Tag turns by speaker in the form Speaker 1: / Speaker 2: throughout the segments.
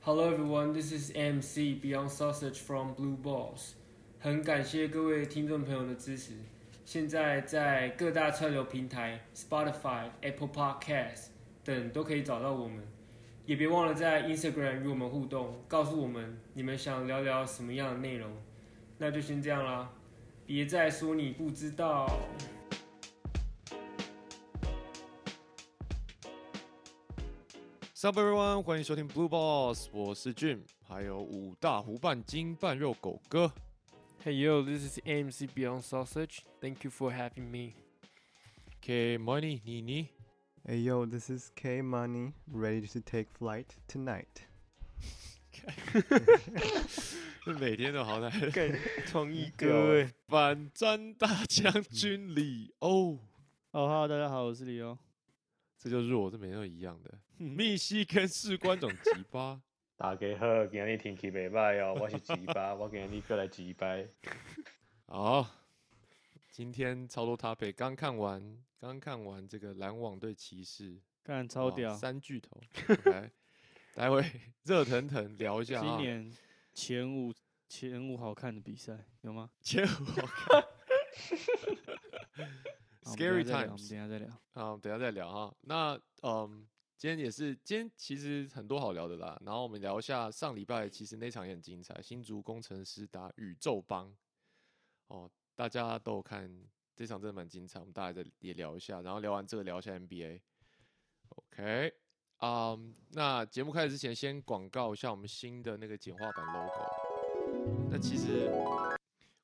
Speaker 1: Hello everyone, this is MC Beyond Sausage from Blue Balls。很感谢各位听众朋友的支持。现在在各大串流平台 Spotify、Apple Podcast 等都可以找到我们，也别忘了在 Instagram 与我们互动，告诉我们你们想聊聊什么样的内容。那就先这样啦，别再说你不知道。
Speaker 2: Sup everyone，欢迎收听 Blue Balls，我是 Jim，还有五大湖半斤半肉狗哥。
Speaker 1: Hey yo, this is MC Beyond Sausage. Thank you for having me.
Speaker 2: K Money 妮妮，
Speaker 3: Hey yo, this is K Money, ready to take flight tonight.
Speaker 2: 每天都好难。
Speaker 1: 创 意
Speaker 2: 哥哎反战大将军李欧，
Speaker 4: 哦哈喽，大家好，我是李哦欧。
Speaker 2: 这就是我，这每天都一样的。密西根士官长吉巴，
Speaker 5: 大家好，今日天气袂歹哦，我是吉 巴，我今日过来吉巴。
Speaker 2: 好，今天超多搭配，刚看完，刚看完这个篮网对骑士，
Speaker 4: 干超
Speaker 2: 哇
Speaker 4: 屌！
Speaker 2: 哦三巨头。来，待会 热腾腾聊一下啊
Speaker 4: 今年前五前五好看的比赛有吗？
Speaker 2: 前五好看。
Speaker 4: 好我们
Speaker 2: Scary
Speaker 4: 等一下再聊我们
Speaker 2: times
Speaker 4: 等一下再聊。
Speaker 2: 啊，我们等一下再聊哈。那嗯，今天也是，今天其实很多好聊的啦。然后我们聊一下上礼拜，其实那场也很精彩，新竹工程师打宇宙帮。哦，大家都有看这场，真的蛮精彩。我们大家再也聊一下，然后聊完这个聊一下 NBA。OK，啊、那节目开始之前，先广告一下我们新的那个简化版 logo。那其实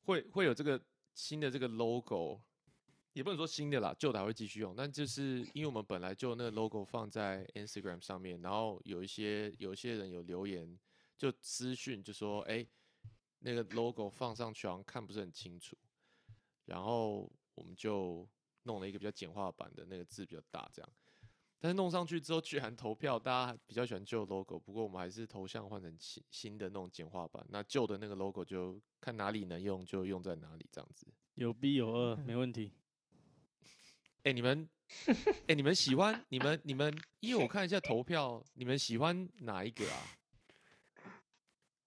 Speaker 2: 会会有这个新的这个 logo，也不能说新的啦，旧的还会继续用，但就是因为我们本来就那个 logo 放在 Instagram 上面，然后有一些有一些人有留言就私讯就说，哎、那个 logo 放上去好像看不是很清楚，然后我们就弄了一个比较简化版的那个字比较大这样，但是弄上去之后居然投票大家比较喜欢旧 logo，不过我们还是头像换成新新的那种简化版，那旧的那个 logo 就看哪里能用就用在哪里这样子。
Speaker 4: 有 B 有二，没问题。
Speaker 2: 哎、你们，哎、你们喜欢你们你们，因为我看一下投票，你们喜欢哪一个啊？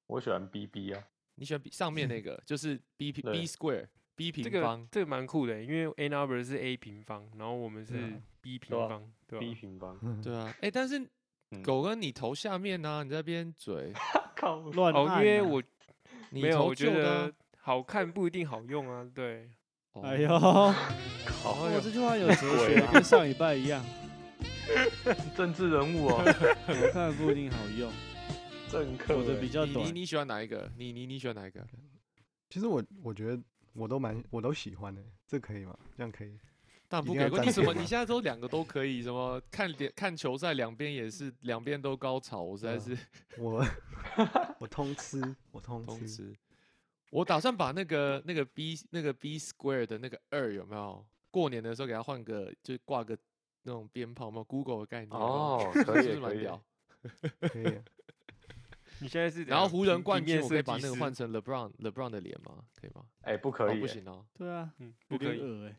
Speaker 5: 我喜欢 BB 啊，
Speaker 2: 你喜欢比上面那个，就是 b p b
Speaker 5: 对
Speaker 2: square b
Speaker 1: 这
Speaker 2: 平
Speaker 1: 个
Speaker 2: 方，
Speaker 1: 这个蛮酷的，因为 a n u m b e r 是 a 平方，然后我们
Speaker 5: 对啊
Speaker 1: 嗯是 b 平
Speaker 5: 对啊
Speaker 1: 方，对吧、
Speaker 5: b 平方。
Speaker 2: 对啊，哎、但是
Speaker 5: 嗯
Speaker 2: 狗哥你投下面呢、你在那边嘴，
Speaker 5: 靠，
Speaker 4: 乱
Speaker 1: 哦，因
Speaker 4: 按
Speaker 1: 为
Speaker 4: 啊
Speaker 1: 我
Speaker 2: 你
Speaker 1: 没有，
Speaker 2: 投
Speaker 1: 我觉
Speaker 2: 旧的啊、
Speaker 1: 得好看不一定好用啊。对，
Speaker 2: 哦
Speaker 4: 哎呦，我
Speaker 2: 好哎呦
Speaker 4: 这句话有哲
Speaker 5: 鬼
Speaker 4: 学，
Speaker 5: 啊
Speaker 4: 跟上礼拜一样。
Speaker 5: 政治人物哦，
Speaker 4: 我看不一定好用，
Speaker 5: 政客
Speaker 4: 我的比
Speaker 5: 欸。
Speaker 4: 较
Speaker 2: 你
Speaker 4: 短
Speaker 2: 你。你喜欢哪一个？你你你喜欢哪一个？
Speaker 3: 其实我我觉得我都蛮我都喜欢的，这可以吗？这样可以？
Speaker 2: 但不
Speaker 3: 一定
Speaker 2: 给
Speaker 3: 要
Speaker 2: 过你
Speaker 3: 站
Speaker 2: 什么？
Speaker 3: 边
Speaker 2: 你
Speaker 3: 吗
Speaker 2: 现在都两个都可以，什么看脸看球赛两边也是两边都高潮，我实在
Speaker 3: 嗯
Speaker 2: 是。
Speaker 3: 我我通吃，我通
Speaker 2: 通
Speaker 3: 吃。
Speaker 2: 知。我打算把那个那个 B 那个 B Square 的那个二有没有？过年的时候给它换个，就是挂个那种鞭炮，有没有 Google 的概念？有没有
Speaker 5: 哦，
Speaker 2: 是
Speaker 5: 可
Speaker 2: 不
Speaker 5: 以
Speaker 2: 是
Speaker 5: 可
Speaker 2: 蛮
Speaker 5: 以。
Speaker 2: 屌？
Speaker 3: 可以 啊，
Speaker 1: 你现在是怎
Speaker 2: 然后
Speaker 1: 样
Speaker 2: 湖人
Speaker 1: 平
Speaker 2: 冠
Speaker 1: 平面
Speaker 2: 军，我可以
Speaker 1: 设
Speaker 2: 把
Speaker 1: 计
Speaker 2: 那个
Speaker 1: 师
Speaker 2: 换成 LeBron LeBron 的脸吗？可以吗？
Speaker 5: 哎，不可
Speaker 2: 哦，
Speaker 5: 以，
Speaker 2: 不。行哦。
Speaker 4: 对啊，
Speaker 1: 嗯，不
Speaker 4: 有
Speaker 1: 可
Speaker 4: 点
Speaker 1: 以。
Speaker 4: 恶哎。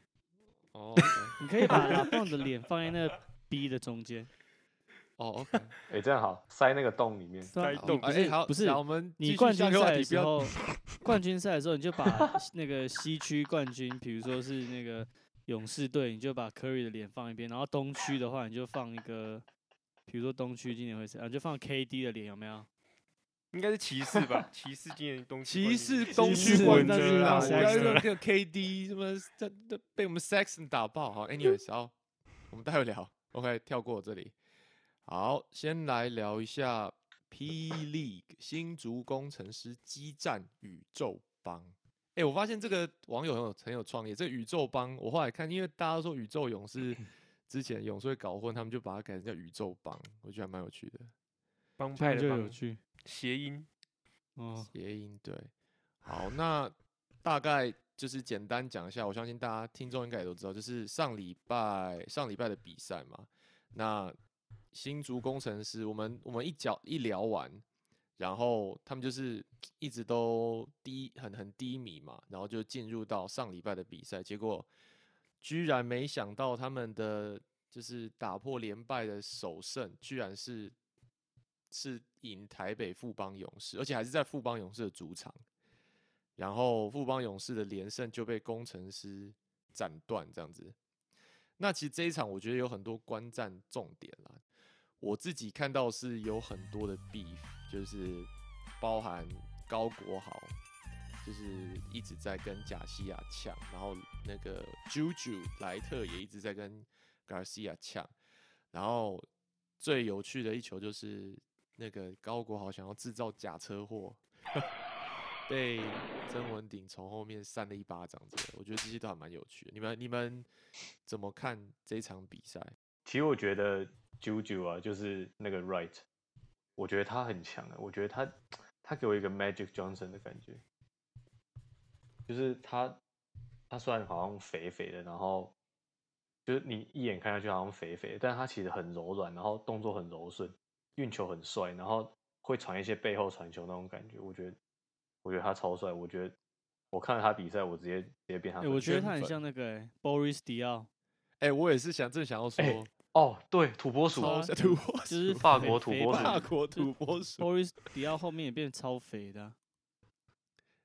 Speaker 2: 哦
Speaker 4: 你可以把老棒的脸放在那个 B 的中间。
Speaker 2: 哦，OK。
Speaker 5: 哎，这样好，塞那个洞里面。
Speaker 4: 对
Speaker 1: 该
Speaker 4: 啊，
Speaker 1: 动
Speaker 2: 哦
Speaker 4: 不是
Speaker 2: 哎好，
Speaker 4: 不是
Speaker 2: 好我们继
Speaker 4: 你
Speaker 2: 续
Speaker 4: 冠
Speaker 2: 下
Speaker 4: 军
Speaker 2: 个话
Speaker 4: 赛
Speaker 2: 题
Speaker 4: 的
Speaker 2: 不
Speaker 4: 时
Speaker 2: 要
Speaker 4: 候，冠军赛的时候你就把那个西区冠军，比如说是那个勇士队，你就把 Curry 的脸放一边，然后东区的话，你就放一个，比如说东区今年会谁啊，你就放 KD 的脸有没有？
Speaker 1: 应该是骑士 吧？骑士今年冬季冠
Speaker 2: 骑
Speaker 1: 军
Speaker 2: 士东
Speaker 4: 骑
Speaker 2: 区
Speaker 4: 士
Speaker 2: 冠
Speaker 4: 那
Speaker 2: 军
Speaker 4: 是
Speaker 1: 啊
Speaker 2: 啦，
Speaker 4: 让
Speaker 2: 啊我刚才
Speaker 4: Sexton
Speaker 2: 说那个 KD 什么，这这被我们 Saxon 打爆。好，anyways，好，我们待会聊。OK，跳过这里。好，先来聊一下 P League 新竹工程师激战宇宙帮。哎、我发现这个网友很有很有创意。这个宇宙帮，我后来看，因为大家都说宇宙勇 是之前勇士会搞混，他们就把它改成叫宇宙帮，我觉得还蛮有趣的。
Speaker 1: 帮
Speaker 4: 这
Speaker 1: 派
Speaker 4: 样就
Speaker 1: 的
Speaker 4: 有
Speaker 1: 帮
Speaker 4: 趣
Speaker 1: 谐音，
Speaker 4: 哦。
Speaker 2: 谐音对。好，那大概就是简单讲一下，我相信大家听众应该也都知道，就是上礼拜上礼拜的比赛嘛。那新竹工程师，我们我们一脚一聊完，然后他们就是一直都低很很低迷嘛，然后就进入到上礼拜的比赛，结果居然没想到他们的就是打破连败的首胜，居然是是赢台北富邦勇士，而且还是在富邦勇士的主场。然后富邦勇士的连胜就被工程师斩断，这样子。那其实这一场我觉得有很多观战重点啦，我自己看到是有很多的 beef，就是包含高国豪，就是一直在跟贾西亚呛，然后那个 Juju 莱特也一直在跟 Garcia 呛，然后最有趣的一球就是那个高国豪想要制造假车祸， 被曾文鼎从后面扇了一巴掌之类的，我觉得这些都还蛮有趣的。你们你们怎么看这场比赛？
Speaker 5: 其实我觉得九九啊，就是那个 Right，我觉得他很强啊，我觉得他他给我一个 Magic Johnson 的感觉，就是他他虽然好像肥肥的，然后就是你一眼看下去好像肥肥的，但他其实很柔软，然后动作很柔顺，运球很帅，然后会传一些背后传球那种感觉，我觉得我觉得他超帅，我觉得我看了他比赛，我直接直接变他
Speaker 1: 啊
Speaker 4: 哎、
Speaker 5: 粉丝。
Speaker 4: 我觉得
Speaker 2: 圈
Speaker 4: 他很
Speaker 2: 粉
Speaker 4: 像那个、欸、Boris 迪奥，
Speaker 2: 哎、我也是想正想要说，
Speaker 5: 哦，对，土拨鼠，
Speaker 2: 超
Speaker 4: 啊
Speaker 2: 像土拨
Speaker 4: 就是
Speaker 2: 鼠
Speaker 5: 法
Speaker 4: 肥
Speaker 5: 国土
Speaker 4: 肥
Speaker 5: 拨
Speaker 4: 版
Speaker 5: 鼠
Speaker 2: 法
Speaker 4: 的
Speaker 2: 国土拨鼠，
Speaker 4: Boris 迪奥后面也变超肥的啊、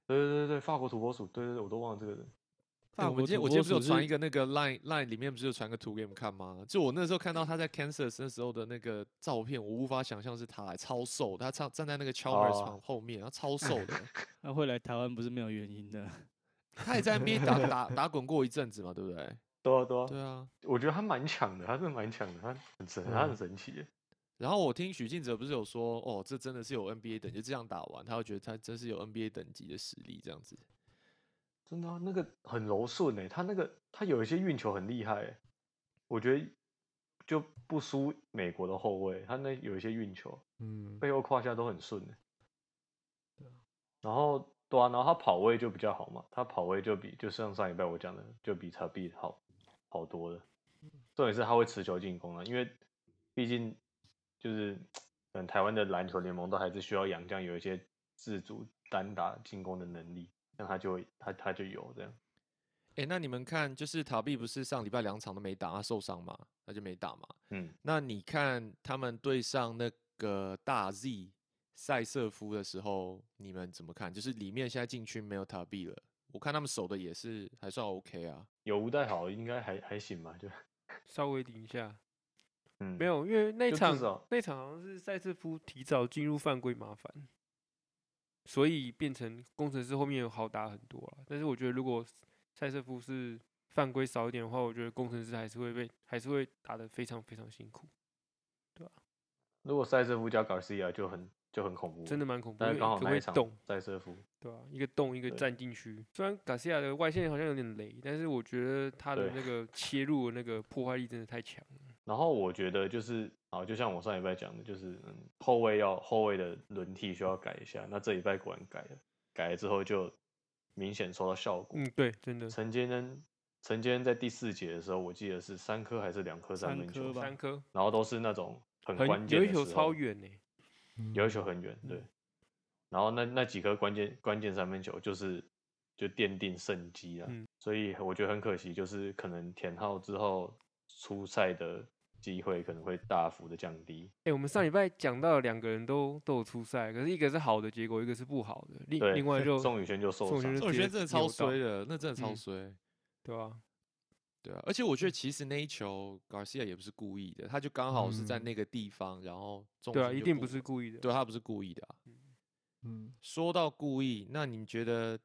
Speaker 5: 对对对对，法国土拨鼠，对对对，我都忘了这个人。
Speaker 2: 哎
Speaker 4: 法
Speaker 2: 我们
Speaker 4: 国
Speaker 2: 今天
Speaker 4: 土
Speaker 2: 我今天
Speaker 4: 拨
Speaker 2: 不是有
Speaker 4: 鼠
Speaker 2: 传一
Speaker 4: 是
Speaker 2: 个那个 Line Line 里面不是有传个图给你们看吗？就我那时候看到他在 Kansas 那时候的那个照片，我无法想象是他、超瘦的，他站站在那个 Chalmers
Speaker 5: 哦
Speaker 2: 场后面，他超瘦的，
Speaker 4: 那会来台湾不是没有原因 的。
Speaker 2: 他也在 NBA 打打打滚过一阵子嘛，对不对？
Speaker 5: 对啊
Speaker 1: 哦
Speaker 5: 对啊，
Speaker 2: 对啊。
Speaker 5: 我觉得他蛮强的，他真的蛮强的，他很神，他
Speaker 3: 嗯
Speaker 5: 很神奇耶。
Speaker 2: 然后我听许晋哲不是有说，哦，这真的是有 NBA 等级，就这样打完，他会觉得他真是有 NBA 等级的实力这样子。
Speaker 5: 真的啊、那个很柔顺诶，他那个他有一些运球很厉害耶，我觉得就不输美国的后卫，他那有一些运球
Speaker 3: 嗯，
Speaker 5: 背后胯下都很顺的。
Speaker 1: 啊
Speaker 5: 然后对啊，然后他跑位就比较好嘛，他跑位就比就像上一拜我讲的，就比查比好好多了。
Speaker 1: 嗯
Speaker 5: 重点是他会持球进攻啊，因为毕竟就是嗯，台湾的篮球联盟都还是需要杨将有一些自主单打进攻的能力，那他就会他他就有这样。
Speaker 2: 哎，那你们看，就是塔比不是上礼拜两场都没打，他受伤嘛，他就没打嘛。
Speaker 5: 嗯，
Speaker 2: 那你看他们对上那个大 Z 塞瑟夫的时候，你们怎么看？就是里面现在禁区没有塔比了，我看他们守的也是还算 OK 啊。
Speaker 5: 有吴代好应该还还行吧，就
Speaker 1: 稍微顶一下。
Speaker 5: 嗯
Speaker 1: 没有，因为那
Speaker 5: 就至
Speaker 1: 场
Speaker 5: 少
Speaker 1: 那场好像是塞斯夫提早进入犯规麻烦，所以变成工程师后面有好打很多了。但是我觉得如果塞斯夫是犯规少一点的话，我觉得工程师还是会被还是会打得非常非常辛苦，
Speaker 5: 如果塞瑟夫加 Garcia 就很就很恐怖，
Speaker 1: 真的。蛮恐怖。
Speaker 5: 哦但
Speaker 1: 因为
Speaker 5: 是刚好
Speaker 1: 可
Speaker 5: 那
Speaker 1: 会
Speaker 5: 一场
Speaker 1: 动，
Speaker 5: 塞瑟夫，
Speaker 1: 对啊吧、一个动一个
Speaker 5: 对
Speaker 1: 站进去。虽然卡西亚的外线好像有点雷，但是我觉得他的
Speaker 5: 对哦
Speaker 1: 那个切入的那个破坏力真的太强了。
Speaker 5: 然后我觉得就是啊，就像我上礼拜讲的，就是嗯，后卫要后卫的轮替需要改一下。那这礼拜果然改了，改了之后就明显收到效果。
Speaker 1: 嗯，对，真的
Speaker 5: 陈坚恩，陈坚恩在第四节的时候，我记得是三颗还是两颗三
Speaker 4: 三
Speaker 5: 分球
Speaker 4: 颗，吧
Speaker 1: 三颗
Speaker 5: 然后都是那种很
Speaker 1: 很
Speaker 5: 关键
Speaker 1: 有
Speaker 5: 的
Speaker 1: 一球
Speaker 5: 时
Speaker 1: 超
Speaker 5: 候
Speaker 1: 远呢、欸
Speaker 5: 有一球很远，对。
Speaker 1: 嗯
Speaker 5: 然后那那几颗关键关键三分球就是就奠定胜机了，
Speaker 1: 嗯
Speaker 5: 所以我觉得很可惜，就是可能田浩之后出赛的机会可能会大幅的降低。
Speaker 1: 哎、我们上礼拜讲到两个人都都有出赛，可是一个是好的结果，一个是不好的。另
Speaker 5: 对，
Speaker 1: 另外 就
Speaker 5: 宋宇轩就受
Speaker 1: 宋宇
Speaker 5: 伤
Speaker 1: 轩
Speaker 5: 了，
Speaker 1: 就
Speaker 2: 那我觉
Speaker 1: 直
Speaker 2: 得
Speaker 1: 接
Speaker 2: 真的超
Speaker 1: 扭到
Speaker 2: 衰的，那真的超
Speaker 1: 嗯
Speaker 2: 衰。
Speaker 1: 对吧、啊？
Speaker 2: 对啊，而且我觉得其实那一球 Garcia 也不是故意的，他就刚好是在
Speaker 3: 嗯
Speaker 2: 那个地方，然后重
Speaker 1: 对啊，
Speaker 2: 心
Speaker 1: 一
Speaker 2: 就
Speaker 1: 定不是故意的。
Speaker 2: 对他不是故意的啊。
Speaker 3: 嗯，
Speaker 2: 说到故意，那你觉得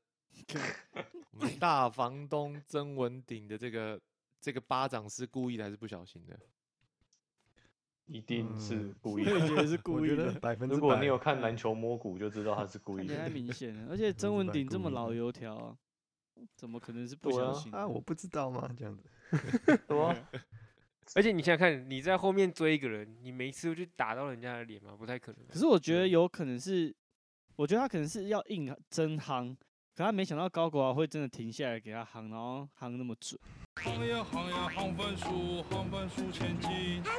Speaker 2: 我们大房东曾文鼎的这个这个巴掌是故意的还是不小心的？
Speaker 5: 一定是
Speaker 3: 嗯
Speaker 5: 故
Speaker 4: 我
Speaker 5: 意
Speaker 4: 也
Speaker 5: 的。
Speaker 4: 觉得是
Speaker 3: 我
Speaker 4: 故意
Speaker 3: 觉得
Speaker 4: 的，
Speaker 3: 百分之
Speaker 5: 如
Speaker 3: 百。
Speaker 5: 果你有看
Speaker 4: 对
Speaker 5: 篮球摸骨，就知道他是故
Speaker 4: 看
Speaker 5: 意
Speaker 4: 起来
Speaker 5: 的
Speaker 4: 太。明显了。而且
Speaker 3: 是
Speaker 4: 曾文
Speaker 3: 蛮
Speaker 4: 鼎这
Speaker 3: 故
Speaker 4: 么
Speaker 3: 意
Speaker 4: 老
Speaker 3: 的
Speaker 4: 油条啊，怎么可能是不
Speaker 5: 对
Speaker 4: 小
Speaker 5: 啊
Speaker 4: 心的？
Speaker 3: 啊，我不知道吗？这样子，
Speaker 5: 对啊，
Speaker 1: 而且你想想看，你在后面追一个人，你每一次都去打到人家的脸吗？不太可能啊。
Speaker 4: 可是我觉得有可能是，我觉得他可能是要硬真夯，可他没想到高国豪会真的停下来给他夯，然后夯那么准。
Speaker 6: 行呀行呀，夯分数，夯分数前进。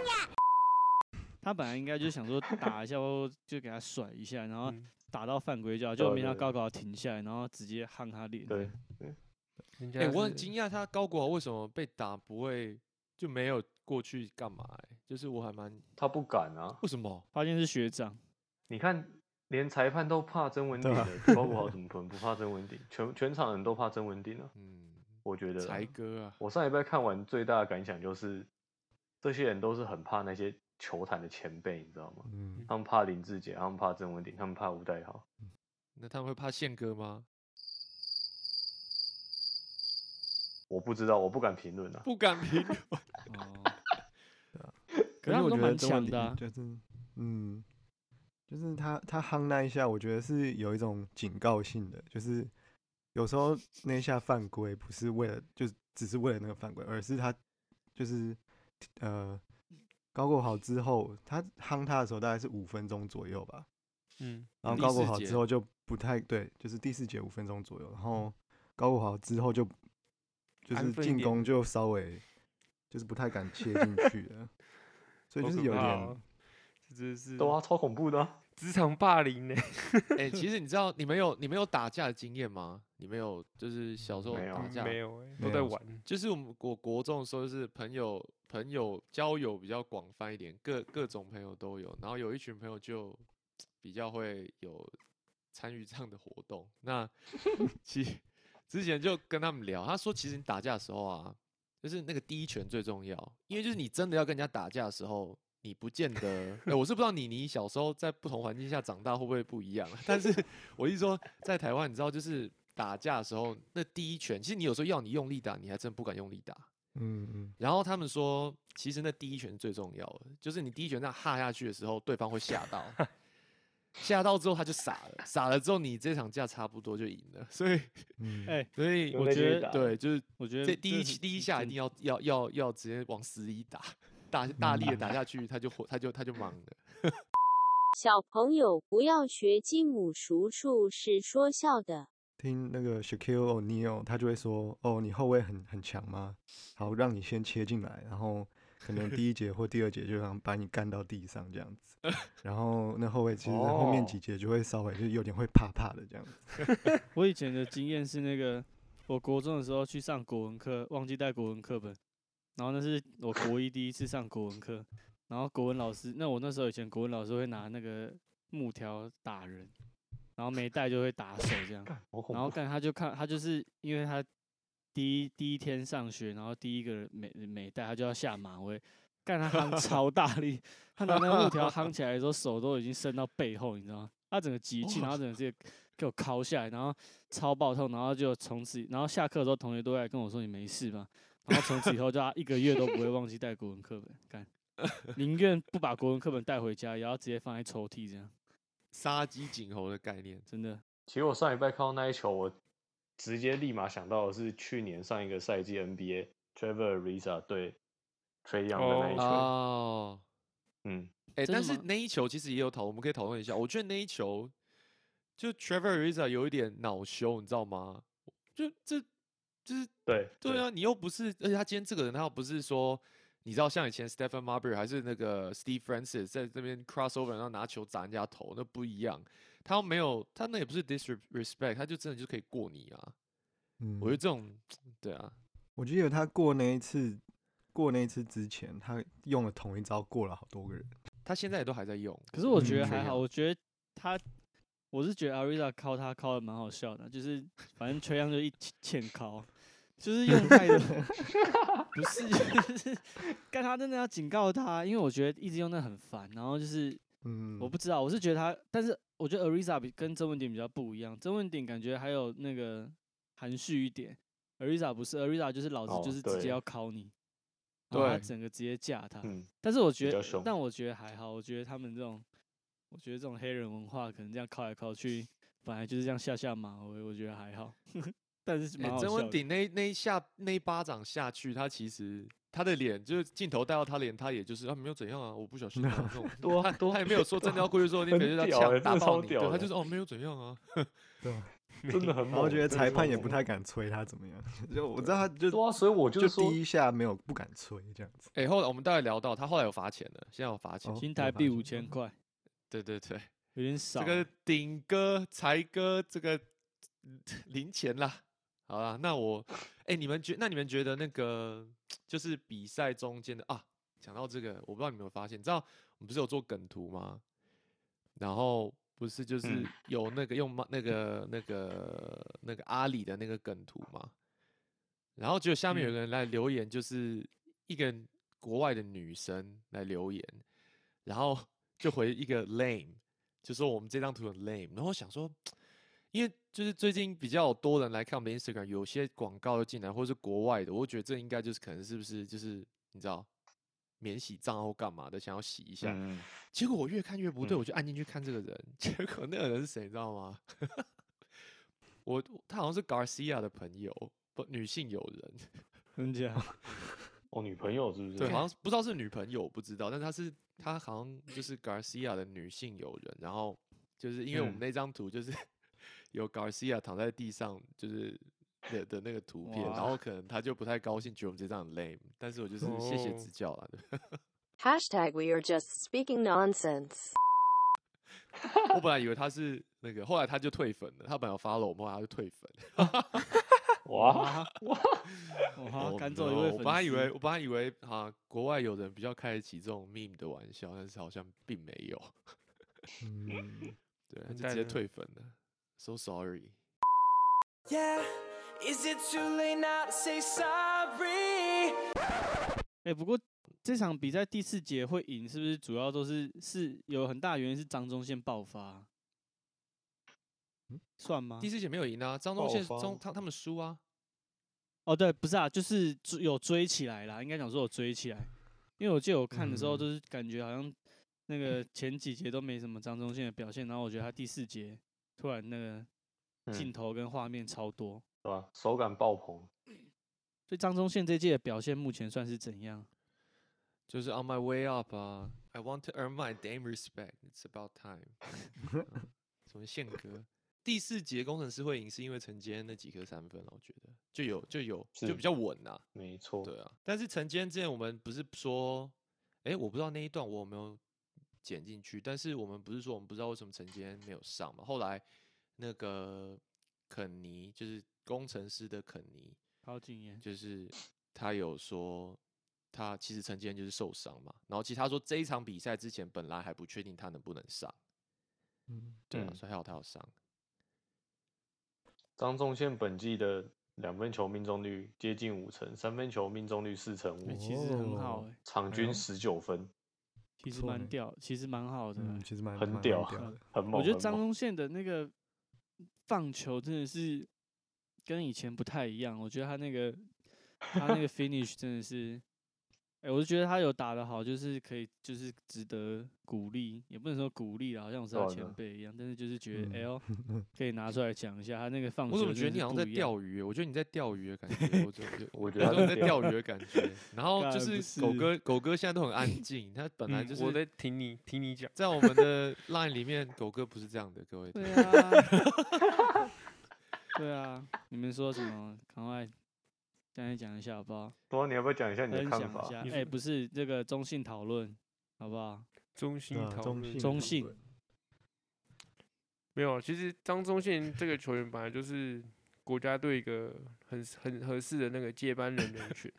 Speaker 4: 他本来应该就想说打一下，或就给他甩一下，
Speaker 3: 啊
Speaker 4: 然后
Speaker 1: 嗯
Speaker 4: 打到犯规就好，
Speaker 5: 对
Speaker 4: 就
Speaker 5: 啊
Speaker 4: 没想到
Speaker 5: 对啊
Speaker 4: 高国豪停下来，然后直接夯他脸。
Speaker 5: 对，
Speaker 1: 人家
Speaker 2: 哎、我
Speaker 1: 是
Speaker 2: 很惊讶他高国豪为什么被打不会就没有过去干嘛、欸？就是我还蛮
Speaker 5: 他不敢啊，
Speaker 2: 为什么？
Speaker 4: 发现是学长，
Speaker 5: 你看，连裁判都怕曾文鼎
Speaker 3: 对啊
Speaker 5: 了，包括好怎么可能不怕曾文鼎？全全场人都怕曾文鼎啊，
Speaker 2: 嗯，
Speaker 5: 我觉得啊。
Speaker 2: 才哥啊，
Speaker 5: 我上礼拜看完最大的感想就是，这些人都是很怕那些球坛的前辈，你知道吗？
Speaker 3: 嗯，
Speaker 5: 他们怕林志杰，他们怕曾文鼎，他们怕吴代豪。
Speaker 2: 那他们会怕宪哥吗？
Speaker 5: 我不知道，我不敢评论啊。
Speaker 2: 不敢评论。
Speaker 4: 哦，
Speaker 3: 可是
Speaker 4: 他们
Speaker 3: 我
Speaker 4: 都
Speaker 3: 觉得
Speaker 4: 蛮
Speaker 3: 曾文
Speaker 4: 强的
Speaker 3: 鼎
Speaker 4: 啊
Speaker 3: 就是，嗯，就是他他夯那一下，我觉得是有一种警告性的，就是有时候那一下犯规不是为了，就只是为了那个犯规，而是他就是呃高过好之后，他夯他的时候大概是五分钟左右吧，
Speaker 2: 嗯，
Speaker 3: 然后
Speaker 2: 第
Speaker 3: 高国
Speaker 2: 四
Speaker 3: 豪
Speaker 2: 节嗯
Speaker 3: 之后就不太对，就是第四节五分钟左右，然后高国豪之后就就
Speaker 2: 安
Speaker 3: 是
Speaker 2: 分一
Speaker 3: 进
Speaker 2: 点
Speaker 3: 攻就稍微就是不太敢切进去 了，所以
Speaker 2: 好
Speaker 3: 就是
Speaker 2: 可
Speaker 3: 有
Speaker 2: 怕
Speaker 3: 点
Speaker 2: 哦，这真
Speaker 1: 嗯
Speaker 2: 是
Speaker 5: 对啊，超恐怖的啊、
Speaker 2: 职场霸凌呢、哎、其实你知道你们有你们有打架的经验吗？你们有就是小时候
Speaker 5: 没有
Speaker 2: 打架
Speaker 1: 没有、欸，
Speaker 3: 没
Speaker 1: 都在
Speaker 3: 有
Speaker 1: 玩。
Speaker 2: 就是我们国国中的时候，就是朋友朋友交友比较广泛一点，各各种朋友都有。然后有一群朋友就比较会有参与这样的活动。那其之前就跟他们聊，他说其实你打架的时候啊，就是那个第一拳最重要，因为就是你真的要跟人家打架的时候。你不见得，哎、我是不知道你，你小时候在不同环境下长大会不会不一样啊？但是我是说，在台湾，你知道，就是打架的时候，那第一拳，其实你有时候要你用力打，你还真不敢用力打。
Speaker 3: 嗯嗯，
Speaker 2: 然后他们说，其实那第一拳是最重要的，就是你第一拳那样哈下去的时候，对方会吓到，吓到之后他就傻了，傻了之后你这场架差不多就赢了。所以，
Speaker 3: 嗯
Speaker 4: 哎
Speaker 2: 所以
Speaker 5: 有
Speaker 4: 我
Speaker 5: 那
Speaker 4: 觉
Speaker 5: 些
Speaker 4: 得
Speaker 5: 打
Speaker 2: 对，就是
Speaker 4: 我觉得
Speaker 2: 这第一
Speaker 4: 这是
Speaker 2: 第一下一
Speaker 4: 真
Speaker 2: 定要要要要直接往死里打，
Speaker 4: 嗯
Speaker 2: 大大 力的打下去，他就火，他就他就忙了。
Speaker 7: 小朋友不要学继母叔叔是说笑的。
Speaker 3: 听那个 Shaquille O'Neal，他就会说：“哦，你后卫很很强吗？好，让你先切进来，然后可能第一节或第二节就想把你干到地上这样 子。然后那后卫其实后面几
Speaker 5: 哦
Speaker 3: 节就会稍微就有点会怕怕的这样子。
Speaker 4: 我以前的经验是那个，我国中的时候去上国文课，忘记带国文课本，然后那是我国一第一次上国文课，然后国文老师，那我那时候以前国文老师会拿那个木条打人，然后没带就会打手这样，
Speaker 5: 好恐
Speaker 4: 然后
Speaker 5: 怖！
Speaker 4: 干他就看他就是因为他第一第一天上学，然后第一个人没没带，他就要下马威，干他夯超大力，他拿那个木条夯起来的时候，手都已经伸到背后，你知道吗？他整个急气，然后整个这个给我敲下来，然后超爆痛，然后就从此，然后下课的时候同学都会来跟我说你没事吧，然后从此以后就他一个月都不会忘记带国文课本， 干宁愿不把国文课本带回家，也要直接放在抽屉这样，
Speaker 2: 杀鸡儆猴的概念，
Speaker 4: 真的。
Speaker 5: 其实我上礼拜看到那一球，我直接立马想到的是去年上一个赛季 NBA Trevor Ariza 对 Trey Young 的那一球。
Speaker 2: 哦，
Speaker 5: 嗯，
Speaker 2: 哎、
Speaker 4: 真
Speaker 2: 但
Speaker 4: 的
Speaker 2: 是
Speaker 4: 吗
Speaker 2: 那一球其实也有讨，我们可以讨论一下。我觉得那一球就 Trevor Ariza 有一点恼羞，你知道吗？就这就是
Speaker 5: 对
Speaker 2: 对啊，你又不是，而且他今天这个人，他又不是说，你知道像以前 Stephen Marbury 还是那个 Steve Francis 在这边 crossover，然后拿球砸人家头，那不一样。他又没有，他那也不是 disrespect，他就真的就可以过你啊。
Speaker 3: 嗯，
Speaker 2: 我觉得这种，对啊，
Speaker 3: 我记得他过那一次，过那一次之前，他用了同一招过了好多个人。
Speaker 2: 他现在也都还在用。
Speaker 4: 可是我
Speaker 3: 嗯
Speaker 4: 觉得
Speaker 3: 确
Speaker 4: 还好，
Speaker 2: 实
Speaker 4: 我觉得他，我是觉得 Ariza 敲他敲的蛮好笑的，就是反正崔杨就一起欠敲，就是用太多，不是，就是干他真的要警告他，因为我觉得一直用那很烦，然后就是
Speaker 3: 嗯，
Speaker 4: 我不知道，我是觉得他，但是我觉得 Ariza 比跟曾文鼎比较不一样，曾文鼎感觉还有那个含蓄一点，Ariza 不是，Ariza 就是老子
Speaker 5: 哦
Speaker 4: 就是直接
Speaker 5: 对
Speaker 4: 要敲你，然后他
Speaker 2: 对
Speaker 4: 整个直接架他，
Speaker 5: 嗯，
Speaker 4: 但是我觉
Speaker 5: 比较
Speaker 4: 得
Speaker 5: 凶，
Speaker 4: 但我觉得还好，我觉得他们这种，我觉得这种黑人文化可能这样靠来靠去，本来就是这样下下马威，我觉得还好。 但是
Speaker 2: 欸
Speaker 3: 哎
Speaker 4: 蛮好
Speaker 2: 曾
Speaker 4: 笑
Speaker 2: 文
Speaker 4: 的。
Speaker 2: 鼎那那一下那一巴掌下去，他其实他的脸就是镜头带到他脸，他也就是他没有怎样啊，我不小心啊那种，
Speaker 5: 多啊
Speaker 2: 他
Speaker 5: 多
Speaker 2: 他也没有说真的要过去 说你
Speaker 5: 很
Speaker 2: 别人要
Speaker 5: 屌欸
Speaker 2: 抢
Speaker 5: 真
Speaker 2: 打
Speaker 5: 的
Speaker 2: 爆
Speaker 5: 超
Speaker 2: 你，
Speaker 5: 屌
Speaker 2: 对，他
Speaker 5: 的
Speaker 2: 就是哦没有怎样啊，
Speaker 3: 对啊，
Speaker 5: 真的很
Speaker 3: 然后
Speaker 5: 猛。
Speaker 3: 觉得
Speaker 5: 真的
Speaker 3: 裁
Speaker 5: 超
Speaker 3: 判也
Speaker 5: 猛
Speaker 3: 不太敢吹他怎么样， 就我知 道他就
Speaker 5: 对啊，所以我
Speaker 3: 就
Speaker 5: 就是说，
Speaker 3: 第一下没有不敢吹这样子。
Speaker 2: 哎、后来我们大概聊到他后来有罚钱了，现在有罚钱，
Speaker 3: 哦
Speaker 4: 新
Speaker 3: 有
Speaker 4: 台
Speaker 3: 发
Speaker 4: 币
Speaker 3: 现
Speaker 4: 五千块，
Speaker 2: 对对对，
Speaker 4: 有点少
Speaker 2: 这
Speaker 4: 啊。
Speaker 2: 个鼎哥才哥这个 嗯零钱啦，好啦，那我哎、你们觉那你们觉得那个就是比赛中间的啊，讲到这个，我不知道你们有没有发现，你知道我们不是有做梗图吗？然后不是就是
Speaker 5: 嗯
Speaker 2: 有那个用马那个那个那个阿里的那个梗图嘛，然后就下面有个人来留言，就是一个国外的女生来留言，然后就回一个 lame，就说我们这张图很 lame，然后我想说。因为就是最近比较多人来看我们的 Instagram，有些广告又进来，或是国外的，我就觉得这应该就是可能是不是就是你知道免洗账号干嘛的，想要洗一下。
Speaker 5: 嗯，
Speaker 2: 结果我越看越不对，
Speaker 5: 嗯
Speaker 2: 我就按进去看这个人， 结果那个人是谁，你知道吗？ 我他好像是 Garcia 的朋友，不女性友人，
Speaker 4: 真假？
Speaker 5: 我哦女朋友是不是？
Speaker 2: 对，好像是不知道是女朋友，我不知道，但他是他好像就是 Garcia 的女性友人，然后就是因为我们
Speaker 5: 嗯
Speaker 2: 那张图就是 有 Garcia 躺在地上，就是。的的那个图片，然
Speaker 4: 哇
Speaker 2: 后可能他就不太高兴，觉得我们这张很 lame，但是我就是谢谢
Speaker 1: 哦
Speaker 2: 指教啦。对
Speaker 8: Hashtag we are just speaking nonsense.
Speaker 2: 我本来以为他是那个，后来他就退粉了，他本来有 follow 我们，后来他就退粉。
Speaker 5: 哇，
Speaker 4: 哇，
Speaker 2: 哦
Speaker 4: 赶走一
Speaker 2: no，
Speaker 4: 位
Speaker 2: 我
Speaker 4: 粉
Speaker 2: 本来以为，
Speaker 4: 丝，
Speaker 2: 我本来以为啊，国外有人比较开得起这种 meme 的玩笑，但是好像并没有，
Speaker 3: 嗯，
Speaker 2: 对，他就
Speaker 1: 蛋
Speaker 2: 直
Speaker 1: 了
Speaker 2: 接退粉了。So sorry。
Speaker 9: Yeah, is it too late now to say sorry?
Speaker 4: 哎、不过这场比赛第四节会赢，是不是主要都是是有很大原因是张忠宪爆发，
Speaker 3: 嗯
Speaker 4: 算吗
Speaker 2: 第？四节没有赢啊，张忠
Speaker 5: 爆
Speaker 2: 宪
Speaker 5: 发
Speaker 2: 中他他们输啊，
Speaker 4: 哦，对，不是啊，就是追有追起来啦，应该讲说有追起来，因为我记得我看的时候，
Speaker 3: 嗯
Speaker 4: 就是感觉好像那个前几节都没什么张忠宪的表现，然后我觉得他第四节突然那个
Speaker 5: 嗯
Speaker 4: 镜头跟画面超多，
Speaker 5: 对吧？手感爆棚，
Speaker 4: 所以张忠宪这届的表现目前算是怎样？
Speaker 2: 就是 on my way up 啊，I want to earn my damn respect. It's about time 嗯。什么宪歌？第四节工程师会赢，是因为陈杰那几颗三分了，啊我觉得就有就有就是比较稳啊。
Speaker 5: 没错。
Speaker 2: 对啊，但是晨间之前我们不是说，哎，我不知道那一段我有没有剪进去，但是我们不是说我们不知道为什么晨间没有上嘛？后来那个肯尼就是工程师的肯尼，
Speaker 4: 好景言，
Speaker 2: 就是他有说他其实晨间就是受伤嘛，然后其实他说这一场比赛之前本来还不确定他能不能上，
Speaker 3: 嗯
Speaker 2: 对啊，
Speaker 5: 嗯
Speaker 2: 所以还好他有上，
Speaker 5: 张仲宪本季的两分球命中率接近五成，三分球命中率四成
Speaker 4: 哎、
Speaker 5: 五，
Speaker 4: 其实很好哎、
Speaker 3: 哎
Speaker 5: 场
Speaker 3: 呦
Speaker 5: 均十九分，
Speaker 4: 其实
Speaker 3: 错欸
Speaker 4: 蛮
Speaker 3: 呢
Speaker 4: 屌，其实蛮好的欸、
Speaker 3: 嗯，其实蛮
Speaker 5: 很
Speaker 3: 蛮
Speaker 5: 屌啊
Speaker 3: 蛮的，
Speaker 5: 很猛。
Speaker 4: 我觉得
Speaker 5: 很
Speaker 4: 张
Speaker 5: 猛
Speaker 4: 忠宪的那个棒球真的是跟以前不太一样，我觉得他那个他那个 finish 真的是，哎、我就觉得他有打得好，就是可以就是值得鼓励，也不能说鼓励啦，好像我是
Speaker 2: 哦
Speaker 4: 他
Speaker 5: 当然
Speaker 4: 前
Speaker 5: 了
Speaker 4: 辈一样，但是就是觉得
Speaker 3: 嗯
Speaker 4: 哎 呦， 可以拿出来讲一下他那个放球
Speaker 2: 我怎么
Speaker 4: 真的
Speaker 2: 觉得
Speaker 4: 是不一
Speaker 2: 你
Speaker 4: 样，
Speaker 2: 好像在 钓鱼？啊我觉得你在钓鱼的感觉，我 怎么就
Speaker 5: 我觉
Speaker 2: 有
Speaker 5: 得他
Speaker 2: 种
Speaker 5: 在
Speaker 2: 在钓鱼的感觉。然后就
Speaker 4: 干不
Speaker 2: 是狗
Speaker 4: 是
Speaker 2: 哥，狗哥现在都 很安静，他本来
Speaker 1: 嗯
Speaker 2: 就是
Speaker 1: 我在听你听你讲，
Speaker 2: 在我们的 line 里面，狗哥不是这样的，各位。
Speaker 4: 对啊， 对啊，你们说什么？赶快赶紧讲一下好不好？
Speaker 5: 多啊安，你要不要讲一下你的
Speaker 4: 分
Speaker 5: 看
Speaker 4: 享一
Speaker 5: 法？
Speaker 4: 下，
Speaker 1: 你
Speaker 4: 哎、
Speaker 1: 说
Speaker 4: 不是这个中性讨论好不好？
Speaker 1: 中心
Speaker 3: 对啊
Speaker 1: 讨
Speaker 3: 中
Speaker 1: 论
Speaker 3: 性
Speaker 4: 中
Speaker 3: 讨
Speaker 4: 性
Speaker 3: 论
Speaker 1: 没有啊，其实张忠宪这个球员本来就是国家队一个很很合适的那个接班人人选，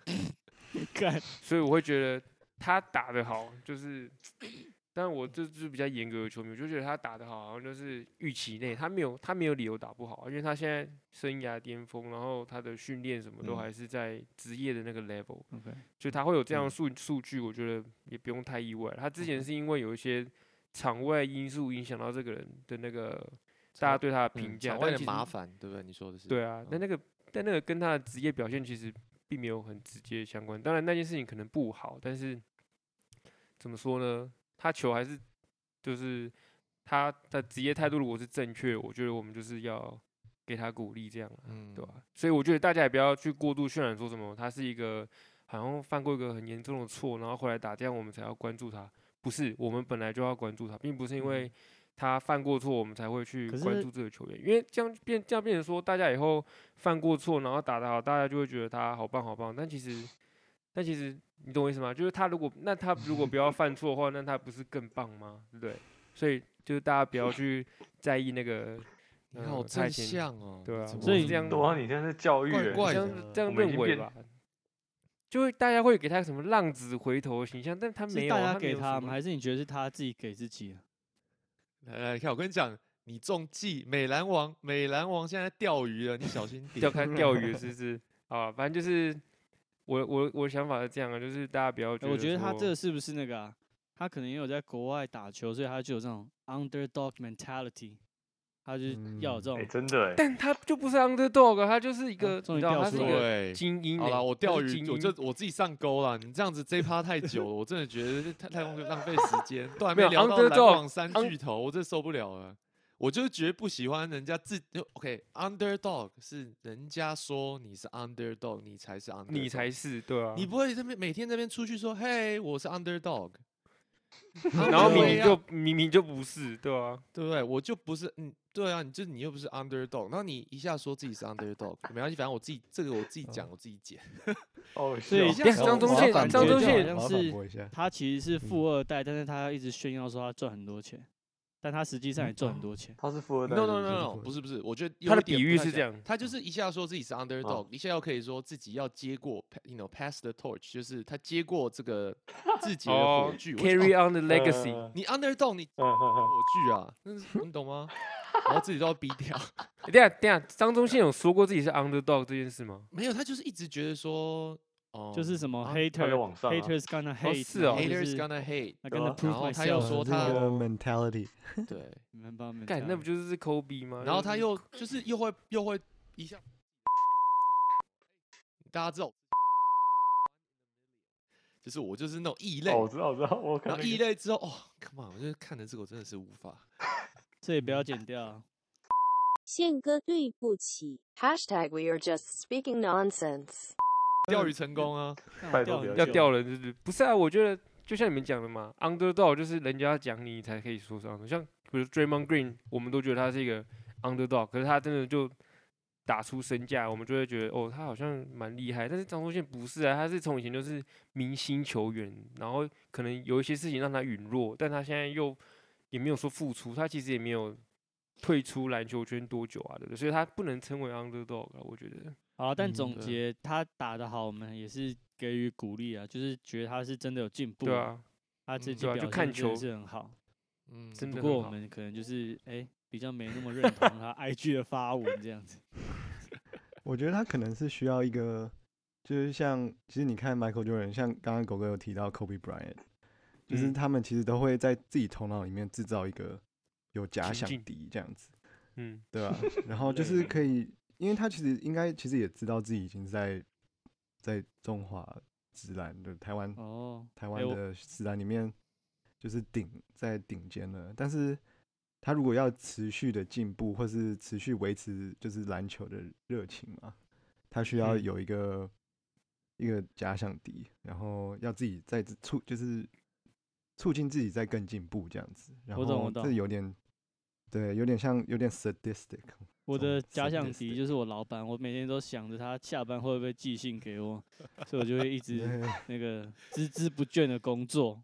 Speaker 4: 干，
Speaker 1: 所以我会觉得他打得好，就是，但我这就是比较严格的球迷，我就觉得他打得好，好像就是预期内，他没有他没有理由打不好，啊因为他现在生涯巅峰，然后他的训练什么都
Speaker 5: 嗯
Speaker 1: 还是在职业的那个 level，、
Speaker 4: OK
Speaker 1: 所以他会有这样的
Speaker 5: 嗯
Speaker 1: 数数据，我觉得也不用太意外。他之前是因为有一些场外因素影响到这个人的那个大家对他的评
Speaker 2: 嗯
Speaker 1: 价，
Speaker 2: 场
Speaker 1: 但
Speaker 2: 外的
Speaker 1: 其实
Speaker 2: 麻烦，对不对？你说的是。
Speaker 1: 对啊，但
Speaker 2: 嗯
Speaker 1: 那个但那个跟他的职业表现其实并没有很直接相关。当然那件事情可能不好，但是怎么说呢？他球还是就是他的职业态度如果是正确，我觉得我们就是要给他鼓励这样啊，
Speaker 2: 嗯
Speaker 1: 对吧、所以我觉得大家也不要去过度渲染说什么他是一个好像犯过一个很严重的错，然后回来打，这样我们才要关注他。不是，我们本来就要关注他，并不是因
Speaker 2: 嗯
Speaker 1: 为他犯过错，我们才会去
Speaker 4: 可
Speaker 1: 关
Speaker 4: 是
Speaker 1: 注这个球员，因为这样变这样变成说，大家以后犯过错，然后打得好，大家就会觉得他好棒好棒。但其实，但其实你懂我意思吗？就是他如果那他如果 不要犯错的话，那他不是更棒吗？对不对？所以就是大家不要去在意那个，
Speaker 2: 你好
Speaker 1: 呃
Speaker 2: 正
Speaker 1: 太前
Speaker 2: 向哦。
Speaker 1: 对啊
Speaker 2: 怎么
Speaker 4: 所
Speaker 2: 会
Speaker 4: 以
Speaker 2: 这样
Speaker 5: 多安，你现在是教育
Speaker 2: 怪
Speaker 5: 人，
Speaker 2: 怪
Speaker 1: 这
Speaker 2: 的
Speaker 1: 样这样
Speaker 5: 我们已
Speaker 1: 认
Speaker 5: 经
Speaker 1: 为
Speaker 5: 变
Speaker 1: 吧。就会大家会给他什么浪子回头的形象，但他没
Speaker 4: 是
Speaker 1: 有啊，
Speaker 4: 大家
Speaker 1: 没
Speaker 4: 给
Speaker 1: 有什
Speaker 4: 他
Speaker 1: 么
Speaker 4: 吗？还是你觉得是他自己给自己啊？
Speaker 2: 来来看，我跟你讲，你中计，美兰王，美兰王现在钓鱼了，你小心点
Speaker 1: 钓。开钓鱼的是不是？啊，反正就是我我我想法是这样啊，就是大家不要觉
Speaker 4: 哎
Speaker 1: 得，
Speaker 4: 我觉得他
Speaker 1: 说
Speaker 4: 这个是不是那个啊？他可能也有在国外打球，所以他就有这种 underdog mentality，他就是要有这种
Speaker 5: 哎、。真的哎、
Speaker 1: 但他就不是 underdog，啊他就是一个，
Speaker 4: 终
Speaker 1: 你
Speaker 4: 于
Speaker 1: 知道
Speaker 4: 掉
Speaker 1: 他是
Speaker 4: 出
Speaker 1: 一
Speaker 4: 来
Speaker 1: 个
Speaker 2: 对，
Speaker 1: 精英欸。
Speaker 2: 好啦，我
Speaker 1: 他
Speaker 2: 钓
Speaker 1: 是
Speaker 2: 鱼，
Speaker 1: 精
Speaker 2: 我
Speaker 1: 英
Speaker 2: 这我自己上钩啦。你这样子这一趴太久了，我真的觉得这太太浪费浪费时间，都还
Speaker 1: 没
Speaker 2: 没
Speaker 1: 有
Speaker 2: 聊到篮
Speaker 1: underdog，
Speaker 2: 网三
Speaker 1: un-
Speaker 2: 巨头，我真的受不了了。我就是绝不喜欢人家自就 OK，underdog 是人家说你是 underdog，你才是 underdog，
Speaker 1: 你才是对啊，
Speaker 2: 你不会这边每天这边出去说，嘿，我是 underdog，
Speaker 1: 然后明
Speaker 2: 对
Speaker 1: 明
Speaker 2: 呀
Speaker 4: 啊
Speaker 1: 就明明就不是，对啊，
Speaker 2: 对不对？我就不是，嗯，对啊，你就你又不是 underdog，然后你一下说自己是 underdog，没关系，反正我自己这个我自己
Speaker 1: 嗯
Speaker 2: 讲，我自己剪。
Speaker 5: 哦，
Speaker 4: 所以
Speaker 5: 笑
Speaker 2: 这
Speaker 4: 像
Speaker 2: 样
Speaker 4: 我
Speaker 1: 张忠
Speaker 4: 要
Speaker 1: 宪
Speaker 4: 反
Speaker 1: 张
Speaker 4: 驳
Speaker 1: 忠
Speaker 4: 就好
Speaker 1: 宪
Speaker 3: 我
Speaker 4: 像
Speaker 3: 要反
Speaker 4: 是
Speaker 3: 驳一下，
Speaker 4: 他其实是
Speaker 3: 嗯
Speaker 4: 富二代，但是他一直炫耀说他赚很多钱，但他实际上也赚很多钱。
Speaker 5: 他是富二代
Speaker 2: No
Speaker 5: 是
Speaker 2: no
Speaker 5: 不
Speaker 2: no
Speaker 5: 是
Speaker 2: no，不是不是，我觉得有
Speaker 1: 他的
Speaker 2: 一点
Speaker 1: 比
Speaker 2: 不
Speaker 1: 喻
Speaker 2: 太
Speaker 1: 是这
Speaker 2: 像
Speaker 1: 样嗯
Speaker 2: 他就是一下说自己是 underdog，一下又可以说自己要接过，you know pass the torch，就是他接过 这个自己的火
Speaker 1: 哦
Speaker 2: 炬。我就
Speaker 1: ，carry
Speaker 2: 哦
Speaker 1: on the legacy，
Speaker 5: 呃
Speaker 2: 你 underdog，你
Speaker 5: 嗯嗯嗯
Speaker 2: 火炬啊，那是你懂吗？然后自己都要逼掉。
Speaker 1: 等一下等一下，张忠宪有说过自己是 underdog 这件事吗？
Speaker 2: 没有，他就是一直觉得说，哦、
Speaker 4: 就是什么
Speaker 2: 啊
Speaker 4: hater、
Speaker 5: 往上啊
Speaker 4: haters gonna hate，
Speaker 1: 是哦
Speaker 4: 然后就
Speaker 2: haters
Speaker 4: 是
Speaker 2: gonna hate，
Speaker 4: I
Speaker 5: 对啊
Speaker 4: gonna
Speaker 2: 然
Speaker 4: prove
Speaker 2: 后他又
Speaker 4: myself
Speaker 2: 说
Speaker 3: 这是一
Speaker 2: 他
Speaker 3: 个 mentality，
Speaker 2: 对，
Speaker 4: 很棒，
Speaker 1: 干，那不就是 Kobe 吗？
Speaker 2: 然后
Speaker 1: 就
Speaker 2: 他
Speaker 1: 是
Speaker 2: 又就是又会又会一下，大家知道，就是我就是那种异类，
Speaker 5: 哦，我知道，我知道，我看
Speaker 2: 然后
Speaker 5: 那
Speaker 2: 异
Speaker 5: 个
Speaker 2: 类之后，哦，come on，我就是看了这个我真的是无法，
Speaker 4: 这也不要剪掉啊。
Speaker 7: 宪哥对不起，
Speaker 8: Hashtag we are just speaking nonsense.
Speaker 2: 钓鱼成功啊，
Speaker 4: 干我
Speaker 5: 拜
Speaker 4: 掉
Speaker 5: 托不
Speaker 4: 很
Speaker 5: 要
Speaker 1: 要
Speaker 4: 久
Speaker 1: 掉人，是不是？不是啊，我觉得就像你们讲的嘛，underdog 就是人家讲你才可以说上的，像比如 Draymond Green，我们都觉得他是一个 underdog，可是他真的就打出身价，我们就会觉得哦，他好像蛮厉害。但是张忠宪不是啊，他是从以前就是明星球员，然后可能有一些事情让他陨落，但他现在又也没有说复出，他其实也没有。退出篮球圈多久啊？对不对？所以他不能称为 underdog 啊，我觉得。
Speaker 4: 好啊，但
Speaker 2: 嗯
Speaker 4: 总
Speaker 2: 对
Speaker 4: 结他打得好，我们也是给予鼓励啊，就是觉得他是真的有进步，
Speaker 1: 对，啊，
Speaker 4: 他
Speaker 2: 嗯
Speaker 4: 自己
Speaker 2: 对
Speaker 1: 啊
Speaker 4: 表
Speaker 1: 就
Speaker 4: 现
Speaker 1: 看
Speaker 4: 真的
Speaker 1: 球
Speaker 4: 是很好。
Speaker 2: 嗯，
Speaker 1: 真
Speaker 4: 不
Speaker 1: 的
Speaker 4: 过
Speaker 1: 很
Speaker 4: 我
Speaker 1: 好
Speaker 4: 们可能就是哎、比较没那么认同他 IG 的发文这样子。
Speaker 3: 我觉得他可能是需要一个，就是像其实你看 Michael Jordan，像刚刚狗哥有提到 Kobe Bryant，就是
Speaker 1: 嗯
Speaker 3: 他们其实都会在自己头脑里面制造一个有假
Speaker 1: 情
Speaker 3: 想
Speaker 1: 境
Speaker 3: 敌这样子，
Speaker 1: 嗯，
Speaker 3: 对 吧、然后就是可以，因为他其实应该其实也知道自己已经在在中华直男的台湾
Speaker 4: 哦，
Speaker 3: 台
Speaker 4: 哎
Speaker 3: 湾
Speaker 4: 我
Speaker 3: 的直男里面就是顶在顶尖了，但是他如果要持续的进步，或是持续维持就是篮球的热情嘛，他需要
Speaker 1: 嗯
Speaker 3: 有一个、一个假想敌，然后要自己在促就是促进自己在更进步这样子，然
Speaker 4: 我懂我
Speaker 3: 后这
Speaker 4: 懂
Speaker 3: 有点对，有点像有点 sadistic，
Speaker 4: 我
Speaker 3: 这种
Speaker 4: 的假想
Speaker 3: sadistic
Speaker 4: 敌就是我老板，我每天都想着他下班会不会寄信给我，所以我就会 一直
Speaker 3: 对
Speaker 4: 那个孜孜不倦的工作，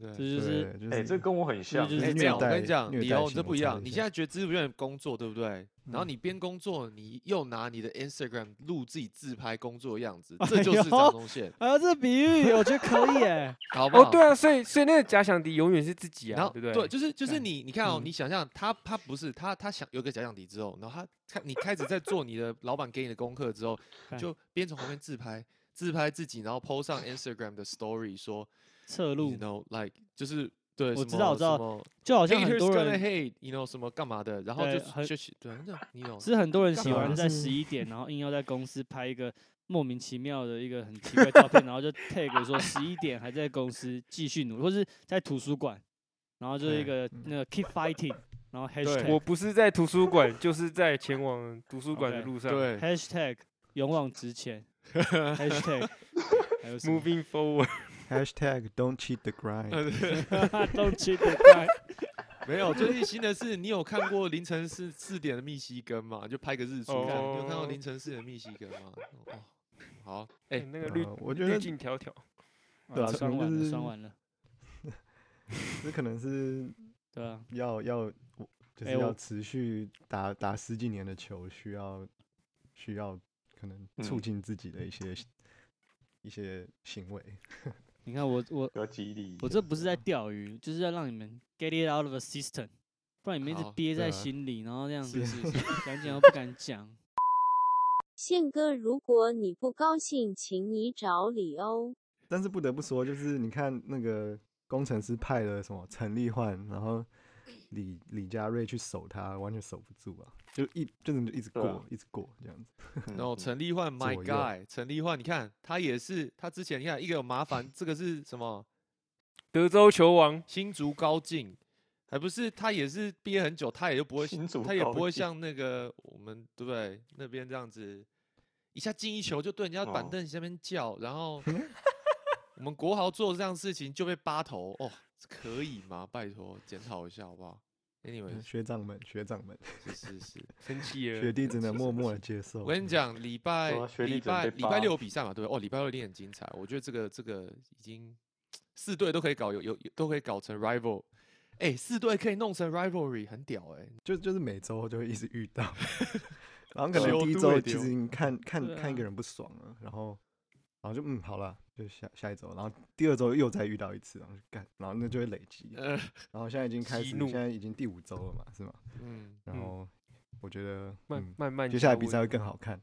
Speaker 4: 这
Speaker 2: 对。
Speaker 4: 就是
Speaker 3: 对，就
Speaker 5: 哎、
Speaker 3: 是
Speaker 5: 这跟我很像，
Speaker 4: 就是
Speaker 2: 哎，
Speaker 4: 虐
Speaker 2: 这样我
Speaker 3: 待
Speaker 2: 跟你讲，
Speaker 3: 虐
Speaker 2: 理
Speaker 3: 待
Speaker 2: 由
Speaker 3: 性
Speaker 2: 这
Speaker 3: 我
Speaker 2: 不一
Speaker 3: 猜
Speaker 2: 样。
Speaker 3: 一
Speaker 2: 你
Speaker 3: 下
Speaker 2: 现在觉得自不愿工作，对不对？然后
Speaker 3: 嗯
Speaker 2: 你边工作，你又拿你的 Instagram 录自己自拍工作的样子，
Speaker 4: 哎
Speaker 2: 这就是
Speaker 4: 呦
Speaker 2: 张东宪，
Speaker 4: 啊，这比喻我觉得可以哎、
Speaker 2: 好不好？
Speaker 1: 哦，对啊，所以所以那个假想敌永远是自己
Speaker 2: 然
Speaker 1: 啊，
Speaker 2: 后
Speaker 1: 对不对？
Speaker 2: 就是就是
Speaker 1: 干
Speaker 2: 你你看哦，
Speaker 1: 嗯
Speaker 2: 你想象他他不是他他想有个假想敌之后，然后他开你开始在做你的老板给你的功课之后，
Speaker 4: 干
Speaker 2: 就边从旁边自拍自拍自己，然后 PO 上 Instagram 的 Story 说
Speaker 4: 侧
Speaker 2: ，you
Speaker 4: 录
Speaker 2: know like 就是对，
Speaker 4: 我
Speaker 2: 什
Speaker 4: 知道
Speaker 2: 么
Speaker 4: 我知道
Speaker 2: 什么
Speaker 4: 就好像很
Speaker 2: haters
Speaker 4: 多
Speaker 2: gonna
Speaker 4: 人
Speaker 2: hate，you know 什么干嘛的，然后
Speaker 4: 对
Speaker 2: 就
Speaker 4: 很
Speaker 2: 就去对， 那你
Speaker 3: 哦
Speaker 2: 有
Speaker 4: 是很多人
Speaker 2: 干
Speaker 4: 喜
Speaker 2: 嘛
Speaker 4: 欢
Speaker 2: 就
Speaker 4: 在
Speaker 3: 是
Speaker 4: 十一点，然后硬要在公司拍一个莫名其妙的一个很奇怪的照片，然后就 tag 说十一点还在公司继续努力，或是在图书馆，然后就是一
Speaker 2: 对
Speaker 4: 个
Speaker 3: 嗯
Speaker 4: 那个 keep fighting，然后
Speaker 1: 我
Speaker 4: hashtag
Speaker 1: 不是在图书馆，就是在前往图书
Speaker 3: 哦
Speaker 1: 馆的
Speaker 4: OK
Speaker 1: 路上。
Speaker 2: 对
Speaker 4: hashtag 勇往 直前 hashtag 还有什么
Speaker 1: Moving forward，
Speaker 3: hashtag don't cheat the grind，
Speaker 4: don't cheat the guy
Speaker 2: 没有，最近新的是，你有看过凌晨四四点的密西根吗？就拍个日出这样。你有看到
Speaker 1: 哦
Speaker 2: 凌晨四点的密西根吗？哦，好，哎、
Speaker 1: 那个绿
Speaker 3: 呃，我觉
Speaker 1: 滤
Speaker 3: 得
Speaker 1: 镜条条，
Speaker 4: 啊
Speaker 3: 对啊可
Speaker 4: 酸
Speaker 3: 能
Speaker 4: 完
Speaker 3: 就
Speaker 4: 了
Speaker 3: 是
Speaker 4: 酸完了，
Speaker 3: 这可能是
Speaker 4: 对啊，
Speaker 3: 要要我就
Speaker 4: 哎
Speaker 3: 是
Speaker 4: 我
Speaker 3: 要持续打打十几年的球，需要需要可能促
Speaker 5: 嗯
Speaker 3: 进自己的一些、一些行为。
Speaker 4: 你看我我
Speaker 5: 比较激励。
Speaker 3: 啊
Speaker 4: 我这不是在钓鱼，就是要让你们 get it out of the system，不然你们一直
Speaker 2: 好
Speaker 4: 憋
Speaker 3: 对
Speaker 4: 在
Speaker 3: 啊
Speaker 4: 心里，然后这样子
Speaker 3: 是 是
Speaker 4: 想讲又不敢讲。
Speaker 7: 宪哥，如果你不高兴，请你找李欧。
Speaker 3: 但是不得不说，就是你看那个工程师派了什么陈立焕，然后李李佳瑞去守他，完全守不住啊，就一就是一直
Speaker 5: 对
Speaker 3: 过、
Speaker 5: 啊
Speaker 3: 一直过这样子。
Speaker 5: 嗯
Speaker 2: 然后陈立焕，My
Speaker 3: 左右
Speaker 2: God，陈立焕，你看他也是，他之前你看一个有麻烦，这个是什么？
Speaker 1: 德州球王
Speaker 2: 新竹高进，还不是他也是憋很久，他也就不会，
Speaker 5: 新竹
Speaker 2: 他也不
Speaker 5: 高
Speaker 2: 会
Speaker 5: 进
Speaker 2: 像那个我们对不对那边这样子，一下进一球就对人家板
Speaker 5: 哦
Speaker 2: 凳下面叫，然后我们国豪做这样的事情就被八头哦，可以吗？拜托检讨一下好不好？Anyway，
Speaker 5: 嗯
Speaker 3: 学长们，学长们，
Speaker 2: 是是是，
Speaker 1: 生气了，
Speaker 3: 学弟只能默默的接受。
Speaker 2: 我跟你，讲，礼拜
Speaker 5: 啊学弟
Speaker 2: 礼
Speaker 5: 准
Speaker 2: 拜
Speaker 5: 备
Speaker 2: 礼拜
Speaker 5: 扒
Speaker 2: 六
Speaker 1: 啊
Speaker 2: 有比赛嘛，对不对？哦，礼拜六一定很精彩。我觉得这个这个已经四队都可以搞有有有都可以搞成 rival，哎、四队可以弄成 rivalry，很屌哎、
Speaker 3: 就就是每周就会一直遇 到，然后可能
Speaker 2: 修
Speaker 3: 第一
Speaker 2: 都
Speaker 3: 周
Speaker 2: 会
Speaker 3: 其
Speaker 2: 丢
Speaker 3: 实你看看
Speaker 4: 对
Speaker 3: 看一
Speaker 4: 啊
Speaker 3: 个人不爽了，然后然后就嗯好了，就下下一周，然后第二周又再遇到一次，然后就干，然后那就会累积，
Speaker 2: 呃，
Speaker 3: 然后现在已经开
Speaker 1: 激
Speaker 3: 始，
Speaker 1: 怒
Speaker 3: 现在已经第五周了嘛，是吗？
Speaker 2: 嗯，
Speaker 3: 然
Speaker 1: 嗯
Speaker 3: 后我觉得，
Speaker 1: 慢
Speaker 3: 嗯，
Speaker 1: 慢慢
Speaker 3: 接下来
Speaker 1: 加
Speaker 3: 比
Speaker 1: 温
Speaker 3: 赛会更好看。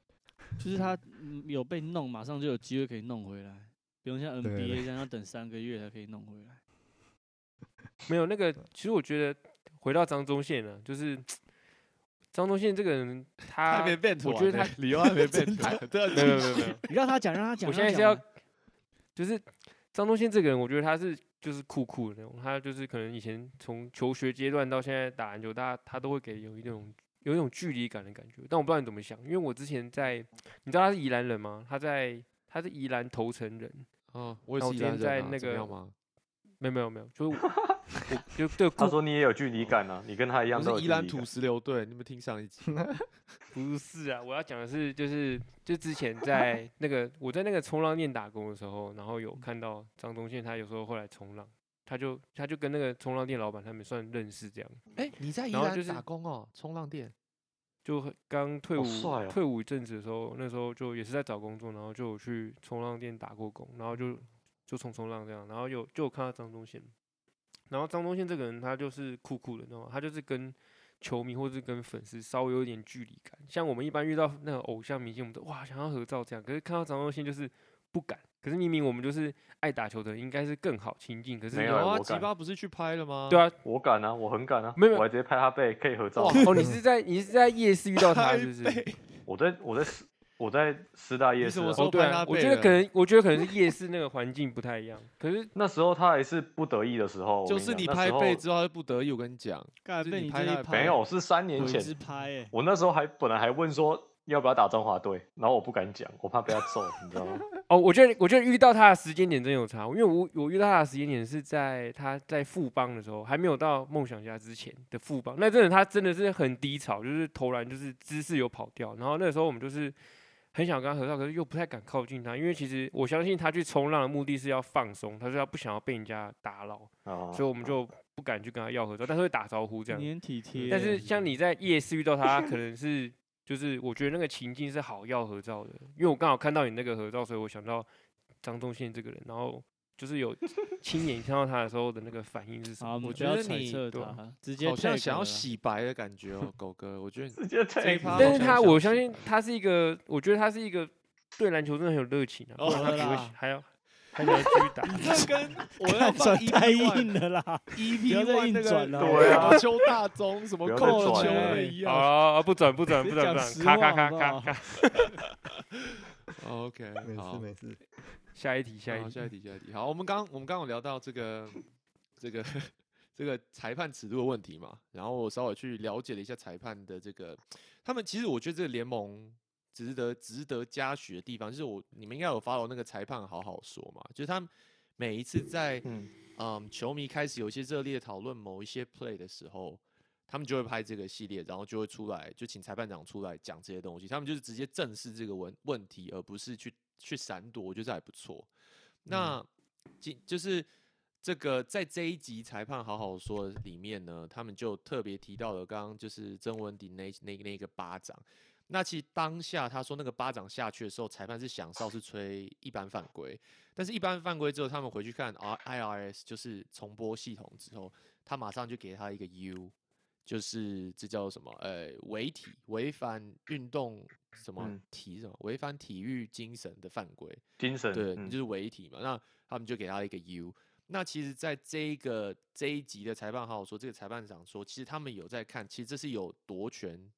Speaker 4: 就是他嗯有被弄，马上就有机会可以弄回来，不用像
Speaker 3: 对对
Speaker 4: NBA 这样要等三个月才可以弄回来。
Speaker 1: 没有那个，其实我觉得回到张宗宪了，就是张宗宪这个 人，他
Speaker 2: 还没变出
Speaker 1: 我
Speaker 2: 来呢，
Speaker 1: 觉得他
Speaker 2: 理由还 没变出来，对啊，
Speaker 1: 没有没有没有没有，
Speaker 4: 你让他讲，让他讲。
Speaker 1: 我现
Speaker 4: 让
Speaker 1: 在
Speaker 4: 他
Speaker 1: 是
Speaker 4: 讲
Speaker 1: 要
Speaker 4: 完，
Speaker 1: 就是张宗宪这个人，我觉得他是就是酷酷的那种，他就是可能以前从求学阶段到现在打篮球，他他都会给有一种有一种距离感的感觉。但我不知道你怎么想，因为我之前在，你知道他是宜兰人吗？他在他是宜兰头城人，
Speaker 2: 哦，我
Speaker 1: 那
Speaker 2: 也
Speaker 1: 我
Speaker 2: 是宜
Speaker 1: 今
Speaker 2: 兰
Speaker 1: 天
Speaker 2: 人
Speaker 1: 在
Speaker 2: 啊
Speaker 1: 那
Speaker 2: 怎么
Speaker 1: 个
Speaker 2: 样吗？
Speaker 1: 没有没有没有，就是我 我就对
Speaker 5: 他
Speaker 1: 故
Speaker 5: 说你也有距离感啊，你跟他一样都
Speaker 2: 我
Speaker 5: 有
Speaker 2: 是
Speaker 5: 距
Speaker 2: 宜
Speaker 5: 离
Speaker 2: 兰
Speaker 1: 啊
Speaker 5: 感。
Speaker 2: 土石流队，你们听上 一集
Speaker 1: 不是啊，我要讲的是，就是就之前在那个我在那个冲浪店打工的时候，然后有看到张宗宪，他有时候会来冲浪，他就他就跟那个冲浪店老板他们算认识，这样
Speaker 2: 哎、你在宜
Speaker 1: 然后
Speaker 2: 兰
Speaker 1: 就是
Speaker 2: 打工哦，冲浪店，
Speaker 1: 就很刚退
Speaker 5: 好
Speaker 1: 伍、
Speaker 5: 帅哦
Speaker 1: 退伍一阵子的时候，那时候就也是在找工作，然后就有去冲浪店打过工，然后就就冲冲浪这样，然后有就有看到张宗宪，然后张宗宪这个人他就是酷酷的，然后他就是跟球迷或是跟粉丝稍微有一点距离感，像我们一般遇到那个偶像明星，我们都哇想要合照这样，可是看到张宗宪就是不敢，可是明明我们就是爱打球的，应该是更好亲近，可是
Speaker 5: 没
Speaker 1: 你
Speaker 5: 有
Speaker 2: 有
Speaker 5: 啊
Speaker 2: 啊，
Speaker 5: 我
Speaker 2: 吉
Speaker 5: 敢
Speaker 2: 巴不是去拍了吗？
Speaker 1: 对
Speaker 2: 啊，
Speaker 1: 啊，
Speaker 5: 我敢啊，我很敢啊，
Speaker 1: 没有没有
Speaker 5: 我还直接拍他背，可以合照啊。
Speaker 2: 哇
Speaker 1: 哦，你是在你是在夜市遇到他
Speaker 2: 拍
Speaker 1: 是不 是？
Speaker 2: 背
Speaker 5: 我在我在师我在师大夜
Speaker 2: 你
Speaker 5: 市
Speaker 2: 什么
Speaker 5: 啊、
Speaker 2: 时候
Speaker 1: 哦，对
Speaker 2: 拍
Speaker 1: 啊
Speaker 2: 他，
Speaker 1: 我
Speaker 2: 背
Speaker 1: 觉得
Speaker 2: 了
Speaker 1: 可能，我觉得可能是夜市那个环境不太一样。可是
Speaker 5: 那时候他还是不得已的时候，我
Speaker 2: 就
Speaker 5: 跟
Speaker 1: 啊
Speaker 2: 是
Speaker 5: 你
Speaker 2: 你
Speaker 5: 讲那
Speaker 2: 拍
Speaker 5: 时候
Speaker 2: 背之后他就不得已，我跟你讲，
Speaker 4: 干
Speaker 2: 就是
Speaker 4: 被
Speaker 2: 你
Speaker 4: 你
Speaker 2: 拍
Speaker 4: 这
Speaker 2: 他
Speaker 4: 一
Speaker 2: 的
Speaker 4: 拍，
Speaker 5: 没有，是三年
Speaker 4: 有一
Speaker 5: 前，
Speaker 4: 直拍哎、
Speaker 5: 我那时候还本来还问说要不要打中华队，然后我不敢讲，我怕被他揍，你知道 吗？
Speaker 1: 哦，我觉得我觉得遇到他的时间点真有差，因为我我遇到他的时间点是在他在富邦的时候，还没有到梦想家之前的富邦，那真的他真的是很低潮，就是投篮就是姿势有跑掉，然后那时候我们就是很想跟他合照，可是又不太敢靠近他，因为其实我相信他去冲浪的目的是要放松，他说他不想要被人家打扰，
Speaker 5: 啊，
Speaker 1: 所以我们就不敢去跟他要合照，但是会打招呼这样
Speaker 4: 你。很体贴欸、
Speaker 1: 但是像你在夜市遇到他，可能是就是我觉得那个情境是好要合照的，因为我刚好看到你那个合照，所以我想到张宗宪这个人，然后就是有亲眼看到他的时候的那个反应是什么？
Speaker 4: 好，我们
Speaker 1: 我
Speaker 4: 不
Speaker 1: 觉
Speaker 2: 觉
Speaker 1: 得
Speaker 4: 要
Speaker 2: 得
Speaker 4: 揣
Speaker 2: 你
Speaker 4: 测
Speaker 1: 对啊
Speaker 4: 他，直接
Speaker 2: 好像
Speaker 4: tag
Speaker 2: 想要
Speaker 4: 了
Speaker 2: 洗白的感觉哦，狗哥，我觉得
Speaker 5: 直接
Speaker 2: 这一
Speaker 5: take
Speaker 2: 趴
Speaker 1: 但是
Speaker 2: 好像
Speaker 1: 他
Speaker 2: 想
Speaker 1: 我
Speaker 2: 洗
Speaker 1: 相信他是一个，我觉得他是一个对篮球真的很有热情啊，不然
Speaker 2: 哦
Speaker 1: 他不会
Speaker 4: 啦
Speaker 1: 还要还想要继续打。
Speaker 2: 这跟我要
Speaker 4: 看
Speaker 2: 放
Speaker 4: 转
Speaker 2: EP
Speaker 4: 太
Speaker 2: one
Speaker 4: 硬了啦，
Speaker 2: EP
Speaker 4: 要再
Speaker 2: one 那
Speaker 4: 硬转
Speaker 2: 个
Speaker 4: 了
Speaker 5: 对啊
Speaker 2: 打邱大宗什么
Speaker 5: 不要再
Speaker 2: 扣球
Speaker 5: 转了
Speaker 2: 的一
Speaker 1: 好
Speaker 2: 样。
Speaker 1: 好，好不转不转不
Speaker 4: 直
Speaker 1: 转
Speaker 4: 接
Speaker 1: 不
Speaker 4: 讲
Speaker 1: 转，
Speaker 4: 实
Speaker 1: 咔
Speaker 4: 话
Speaker 1: 咔咔
Speaker 4: 好不
Speaker 1: 咔
Speaker 4: 好？
Speaker 1: 咔。
Speaker 2: OK，
Speaker 3: 没事
Speaker 2: 好，
Speaker 3: 没事，
Speaker 1: 下一题下一
Speaker 2: 好
Speaker 1: 题，
Speaker 2: 下一题，下一题。好，我们刚我们刚有聊到这个这个这个裁判尺度的问题嘛，然后我稍微去了解了一下裁判的这个，他们其实我觉得这个联盟值得值得嘉许的地方，就是我你们应该有 follow 那个裁判好好说嘛，就是他们每一次在
Speaker 5: 嗯，
Speaker 2: 嗯球迷开始有一些热烈讨论某一些 play 的时候。他们就会拍这个系列，然后就会出来，就请裁判长出来讲这些东西。他们就是直接正视这个问问题，而不是去去闪躲。我觉得这还不错。那今就是这个在这一集裁判好好说里面呢，他们就特别提到了刚刚就是曾文鼎那那那个巴掌。那其实当下他说那个巴掌下去的时候，裁判是想哨是吹一般犯规，但是一般犯规之后，他们回啊去看 R I R S 就是重播系统之后，他马上就给他一个 U，就是这叫什么？呃，违体违反运动什么
Speaker 5: 嗯
Speaker 2: 体什么违反体育精神的犯规，
Speaker 5: 精神
Speaker 2: 对，
Speaker 5: 嗯
Speaker 2: 就是违体嘛。那他们就给他一个 U。那其实，在这一个这一集的裁判好好说，这个裁判长说，其实他们有在看，其实这是有夺权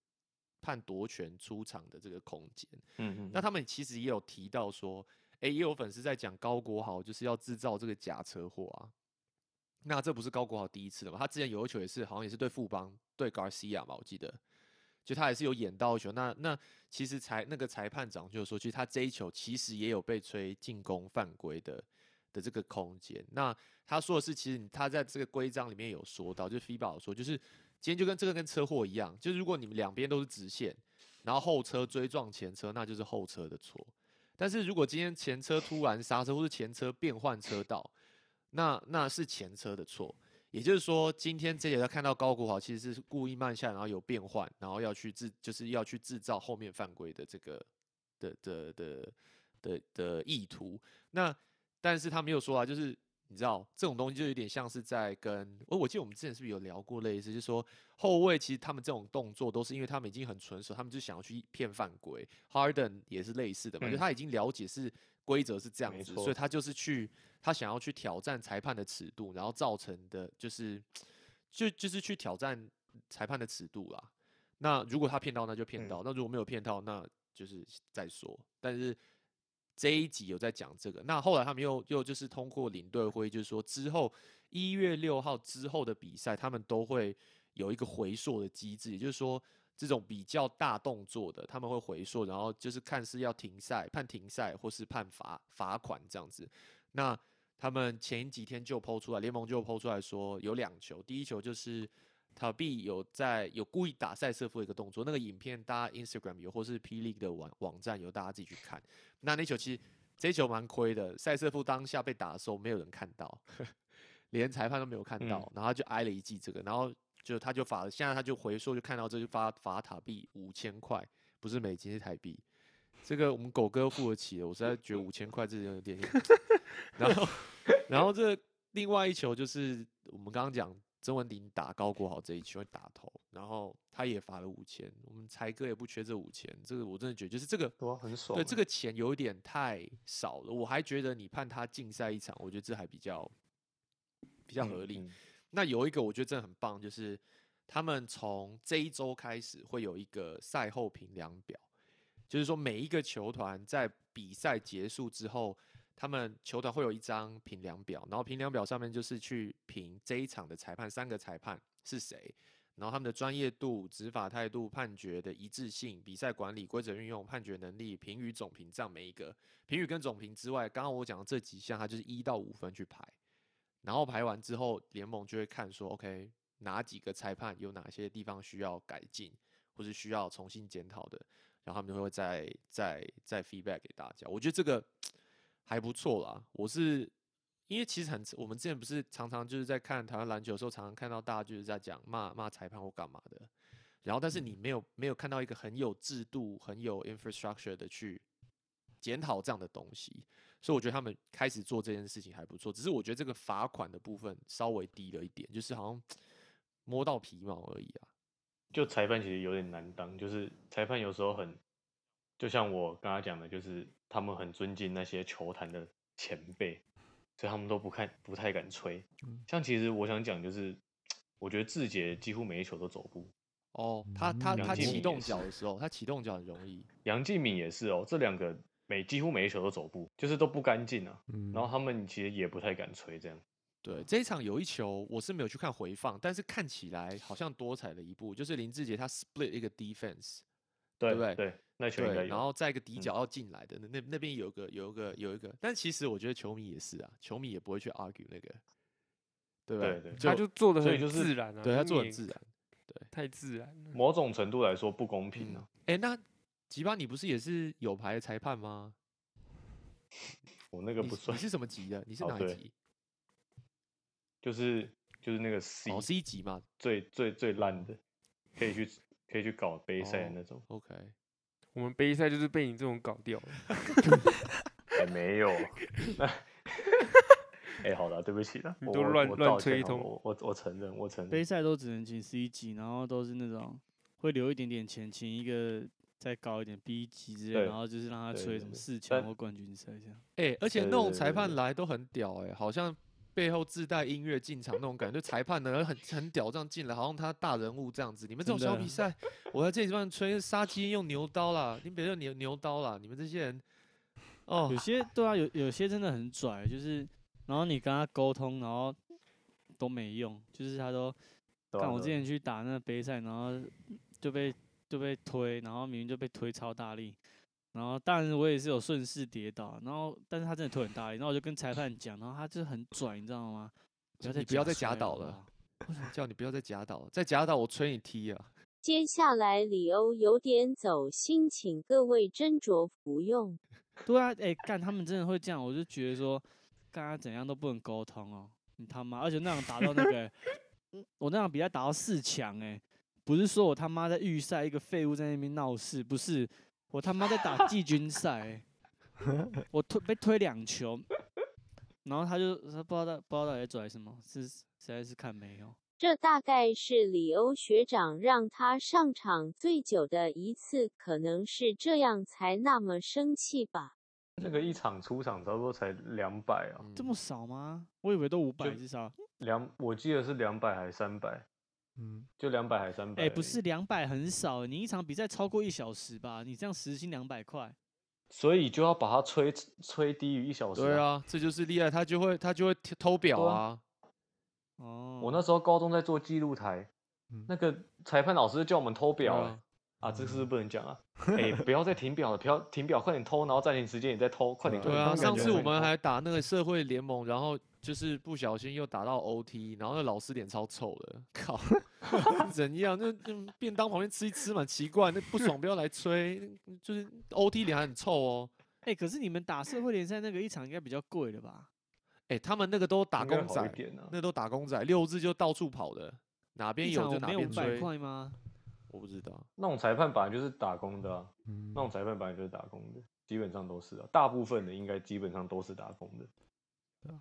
Speaker 2: 判夺权出场的这个空间。
Speaker 5: 嗯嗯，
Speaker 2: 那他们其实也有提到说，诶，也有粉丝在讲高国豪就是要制造这个假车祸啊。那这不是高国豪第一次了嘛？他之前有一球也是，好像也是对富邦对 Garcia 嘛，我记得，就他也是有演到一球。那那其实裁那个裁判长就说，其实他这一球其实也有被吹进攻犯规的的这个空间。那他说的是，其实你他在这个规章里面有说到，就是 FIBA 有说，就是今天就跟这个跟车祸一样，就是如果你们两边都是直线，然后后车追撞前车，那就是后车的错。但是如果今天前车突然刹车，或是前车变换车道，那那是前车的错。也就是说，今天这节他看到高国豪其实是故意慢下来，然后有变换，然后要去制，就是要去制造后面犯规的这个的的的的的意图。那但是他没有说啊，就是你知道这种东西就有点像是在跟，哦，我记得我们之前是不是有聊过类似，就是说后卫其实他们这种动作都是因为他们已经很纯熟，他们就想要去骗犯规。Harden 也是类似的嘛，就
Speaker 5: 嗯
Speaker 2: 他已经了解是规则是这样
Speaker 5: 没
Speaker 2: 子，
Speaker 5: 错
Speaker 2: 所以他就是去他想要去挑战裁判的尺度，然后造成的就是就就是去挑战裁判的尺度啦。那如果他骗到，那就骗
Speaker 5: 嗯
Speaker 2: 到；那如果没有骗到，那就是再说。但是这一集有在讲这个。那后来他们又又就是通过领队会，就是说之后一月六号之后的比赛，他们都会有一个回溯的机制，也就是说。这种比较大动作的，他们会回溯，然后就是看是要停赛、判停赛，或是判罚罚款这样子。那他们前几天就抛出来，联盟就抛出来说有两球，第一球就是塔比有在有故意打赛瑟夫的一个动作，那个影片大家 Instagram 有或是 P League 的网网站有，大家自己去看。那那球其实这球蛮亏的，赛瑟夫当下被打的时候没有人看到，连裁判都没有看到，
Speaker 5: 嗯
Speaker 2: 然后他就挨了一记这个，然后就他就罚了，现在他就回溯就看到这就罚罚塔币五千块，不是美金是台币。这个我们狗哥付得起的，我实在觉得五千块这有点，然后然后这另外一球就是我们刚刚讲曾文鼎打高国豪这一球打头，然后他也罚了五千，我们才哥也不缺这五千，这个我真的觉得就是这个
Speaker 5: 对啊，很爽欸。
Speaker 2: 对这个钱有一点太少了，我还觉得你判他禁赛一场，我觉得这还比较比较
Speaker 5: 嗯
Speaker 2: 合理。
Speaker 5: 嗯
Speaker 2: 那有一个我觉得真的很棒，就是他们从这一周开始会有一个赛后评量表，就是说每一个球团在比赛结束之后，他们球团会有一张评量表，然后评量表上面就是去评这一场的裁判，三个裁判是谁。然后他们的专业度、执法态度、判决的一致性、比赛管理、规则运用、判决能力、评语、总评，这样每一个评语跟总评之外，刚刚我讲的这几项，它就是一到五分去排。然后排完之后，联盟就会看说，OK，哪几个裁判有哪些地方需要改进，或是需要重新检讨的，然后他们就会再再再 feedback 给大家。我觉得这个还不错啦。我是因为其实很，我们之前不是常常就是在看台湾篮球的时候，常常看到大家就是在讲骂骂裁判或干嘛的，然后但是你没有没有看到一个很有制度、很有 infrastructure 的去检讨这样的东西。所以我觉得他们开始做这件事情还不错，只是我觉得这个罚款的部分稍微低了一点，就是好像摸到皮毛而已啊。
Speaker 5: 就裁判其实有点难当，就是裁判有时候很，就像我刚刚讲的，就是他们很尊敬那些球坛的前辈，所以他们都不看不太敢吹。
Speaker 2: 嗯
Speaker 5: 像其实我想讲就是，我觉得志杰几乎每一球都走步，
Speaker 2: 哦，他他
Speaker 3: 嗯
Speaker 2: 他
Speaker 5: 杨敬
Speaker 2: 启
Speaker 5: 敏
Speaker 2: 动
Speaker 5: 也是
Speaker 2: 脚的时候，他启动脚很容易。
Speaker 5: 杨敬敏也是哦，这两个每几乎每一球都走步，就是都不干净啊。
Speaker 3: 嗯，
Speaker 5: 然后他们其实也不太敢吹这样。
Speaker 2: 对，这一场有一球我是没有去看回放，但是看起来好像多彩了一步，就是林志杰他 split 一个 defense，
Speaker 5: 对
Speaker 2: 对不对
Speaker 5: 对，那球应该
Speaker 2: 对，
Speaker 5: 有。
Speaker 2: 然后在一个底
Speaker 5: 嗯
Speaker 2: 角要进来的，那那那边有个有一个有一个，但其实我觉得球迷也是啊，球迷也不会去 argue 那个，对不
Speaker 5: 对对，
Speaker 1: 他就做的
Speaker 5: 所以
Speaker 1: 很
Speaker 5: 就是
Speaker 1: 自然啊，
Speaker 2: 对他
Speaker 1: 你
Speaker 2: 做得
Speaker 1: 也
Speaker 2: 很自然。
Speaker 1: 太自然了。
Speaker 5: 某种程度来说不公平啊。
Speaker 2: 哎、那吉巴你不是也是有牌的裁判吗？
Speaker 5: 我那个
Speaker 2: 你
Speaker 5: 不
Speaker 2: 是你
Speaker 5: 算，
Speaker 2: 是什么级的？你是
Speaker 5: 哦
Speaker 2: 哪一
Speaker 5: 对
Speaker 2: 级？
Speaker 5: 就是就是那个 C
Speaker 2: 哦，C 级嘛。
Speaker 5: 最最最烂的，可以去可以去搞杯赛的
Speaker 2: 哦
Speaker 5: 那种，
Speaker 2: OK，
Speaker 1: 我们杯赛就是 被你这种搞掉了。
Speaker 5: 也没有。那 哎，好了，对不起了，
Speaker 2: 你
Speaker 5: 我
Speaker 2: 都
Speaker 5: 我
Speaker 2: 乱
Speaker 5: 我
Speaker 2: 乱
Speaker 5: 道
Speaker 2: 吹
Speaker 5: 歉
Speaker 2: 一
Speaker 5: 好
Speaker 2: 通
Speaker 5: 我我我承认，我承
Speaker 4: 杯
Speaker 5: 认。
Speaker 4: 赛都只能请 C 级，然后都是那种会留一点点钱，请一个再高一点 B 级之类，
Speaker 5: 对
Speaker 4: 然后就是让他
Speaker 5: 对
Speaker 4: 吹
Speaker 5: 对
Speaker 4: 什么
Speaker 5: 对
Speaker 4: 四
Speaker 5: 但
Speaker 4: 强或冠军赛这样。
Speaker 2: 哎、而且那种
Speaker 5: 对
Speaker 2: 裁
Speaker 5: 对
Speaker 2: 判
Speaker 5: 对
Speaker 2: 来都很屌哎、好像背后自带音乐进场那种感觉，就裁判呢很很屌，这样进来好像他大人物这样子。你们这种
Speaker 4: 真
Speaker 2: 小
Speaker 4: 的
Speaker 2: 比赛，我在这里乱吹杀鸡用牛刀啦，你们别用牛牛刀啦，你们这些人哦
Speaker 4: 有，些对啊，有有些真的很拽，就是然后你跟他沟通，然后都没用，就是他都
Speaker 5: 对啊
Speaker 4: 看我之
Speaker 5: 对啊
Speaker 4: 前去打那个杯赛，然后就被就被推，然后明明就被推超大力，然后当然我也是有顺势跌倒，然后但是他真的推很大力，然后我就跟裁判讲，然后他就很拽，你知道吗？不要再
Speaker 2: 你不要再
Speaker 4: 假
Speaker 2: 假
Speaker 4: 摔好
Speaker 2: 倒
Speaker 4: 不
Speaker 2: 了
Speaker 4: 好，
Speaker 2: 叫你不要再假倒，再假倒我吹你踢啊！
Speaker 7: 接下来李欧有点走心，请各位斟酌服用。
Speaker 4: 对啊，哎、干他们真的会这样，我就觉得说，干啊他怎样都不能沟通哦，你他妈！而且那场打到那个，我那场比赛打到四强，哎，不是说我他妈在预赛一个废物在那边闹事，不是，我他妈在打季军赛、欸，我推被推两球，然后他就他不知道他不知道到底在拽什么，是实在是看没
Speaker 5: 嗯
Speaker 4: 有。
Speaker 7: 这大概是李欧学长让他上场最久的一次，可能是这样才那么生气吧。
Speaker 5: 那个一场出场差不多才两百啊，
Speaker 2: 嗯
Speaker 4: 这么少吗？我以为都五百至少。
Speaker 5: 两我记得是两百还是三百，
Speaker 3: 嗯，
Speaker 5: 就两百还是三百。
Speaker 4: 哎、不是，两百很少欸，你一场比赛超过一小时吧？你这样时薪两百块，
Speaker 5: 所以就要把它吹吹低于一小时。
Speaker 2: 对，啊，这就是厉害，他就会他就会偷表
Speaker 5: 对啊
Speaker 2: 啊。
Speaker 4: 哦，
Speaker 5: 我那时候高中在做记录台
Speaker 3: 嗯，
Speaker 5: 那个裁判老师就叫我们偷表
Speaker 2: 对
Speaker 5: 欸
Speaker 2: 啊
Speaker 5: 啊，这个是不是不能讲啊？哎，不要再停表了，不要停表，快点偷，然后暂停时间也在偷，快点。
Speaker 3: 对
Speaker 2: 对啊，
Speaker 3: 那
Speaker 2: 上
Speaker 3: 感
Speaker 2: 次
Speaker 3: 觉
Speaker 2: 我
Speaker 3: 很
Speaker 2: 们还打那个社会联盟，然后就是不小心又打到 OT，然后那老师脸超臭的， 靠，怎样？那那便当旁边吃一吃嘛，奇怪，那不爽不要来吹，就是 OT 脸还很臭哦。
Speaker 4: 哎、可是你们打社会联赛那个一场应该比较贵了吧？
Speaker 2: 哎、他们那个都打
Speaker 5: 应该
Speaker 2: 工
Speaker 5: 好
Speaker 2: 仔
Speaker 5: 一，点啊
Speaker 2: 那都打工仔，六日就到处跑的，哪边
Speaker 4: 一
Speaker 2: 有
Speaker 4: 场
Speaker 2: 就
Speaker 4: 我
Speaker 2: 哪
Speaker 4: 没有
Speaker 2: 边
Speaker 4: 五百
Speaker 2: 吹，
Speaker 4: 块吗？
Speaker 2: 我不知道。
Speaker 5: 那种裁判本来就是打工的啊，
Speaker 3: 嗯
Speaker 5: 那种裁判本来就是打工的，基本上都是啊，大部分的应该基本上都是打工的。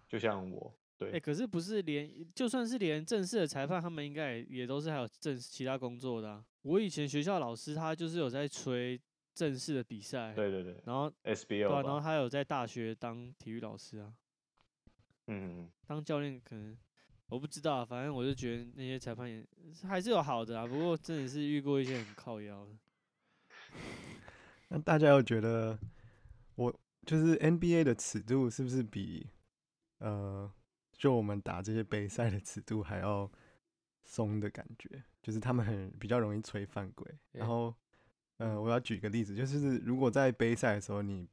Speaker 5: 就像我，
Speaker 4: 哎、
Speaker 5: 对
Speaker 4: 可是不是连就算是连正式的裁判，他们应该也也都是还有正其他工作的、啊。我以前学校老师他就是有在吹正式的比赛，
Speaker 5: 对对对
Speaker 4: 然后对、
Speaker 5: ，SBL
Speaker 4: 啊，然后
Speaker 5: 吧，
Speaker 4: 他有在大学当体育老师啊，
Speaker 5: 嗯，
Speaker 4: 当教练可能我不知道啊，反正我就觉得那些裁判也还是有好的啊，不过真的是遇过一些很靠腰的。
Speaker 3: 那大家有觉得我就是 NBA 的尺度是不是比呃，就我们打这些杯赛的尺度还要松的感觉？就是他们很比较容易吹犯规。
Speaker 2: 对
Speaker 3: 然后，呃，我要举个例子，就是如果在杯赛的时候你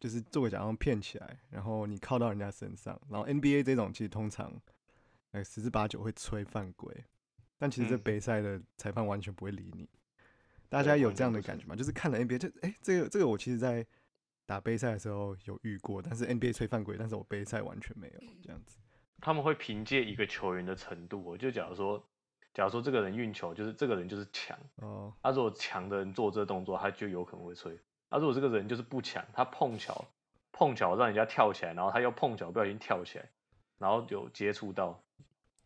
Speaker 3: 就是做个假装骗起来，然后你靠到人家身上，然后 NBA 这种其实通常呃十之八九会吹犯规，但其实这
Speaker 5: 嗯
Speaker 3: 杯赛的裁判完全不会理你。大
Speaker 5: 对
Speaker 3: 家有
Speaker 5: 完
Speaker 3: 这样
Speaker 5: 全
Speaker 3: 的
Speaker 5: 不
Speaker 3: 感
Speaker 5: 是
Speaker 3: 觉吗？就是看了 NBA 就哎、诶这个这个我其实在打杯赛的时候有遇过，但是 NBA 吹犯规，但是我杯赛完全没有这样子。
Speaker 5: 他们会凭借一个球员的程度哦、就假如说，假如说这个人运球，就是这个人就是强，
Speaker 3: 哦，
Speaker 5: 他、如果强的人做这个动作，他就有可能会吹；他、如果这个人就是不强，他碰巧碰巧让人家跳起来，然后他又碰巧不小心跳起来，然后有接触到，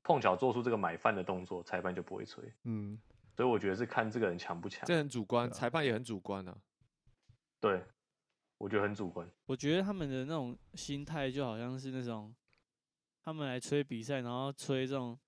Speaker 5: 碰巧做出这个买饭的动作，裁判就不会吹。
Speaker 3: 嗯，
Speaker 5: 所以我觉得是看这个人强不强
Speaker 2: 这，很主
Speaker 5: 啊
Speaker 2: 观，裁判也很主观啊。
Speaker 5: 对，我觉得很主观。
Speaker 4: 我觉得他们的那种心态就好像是那种，他们来吹比赛，然后吹这种，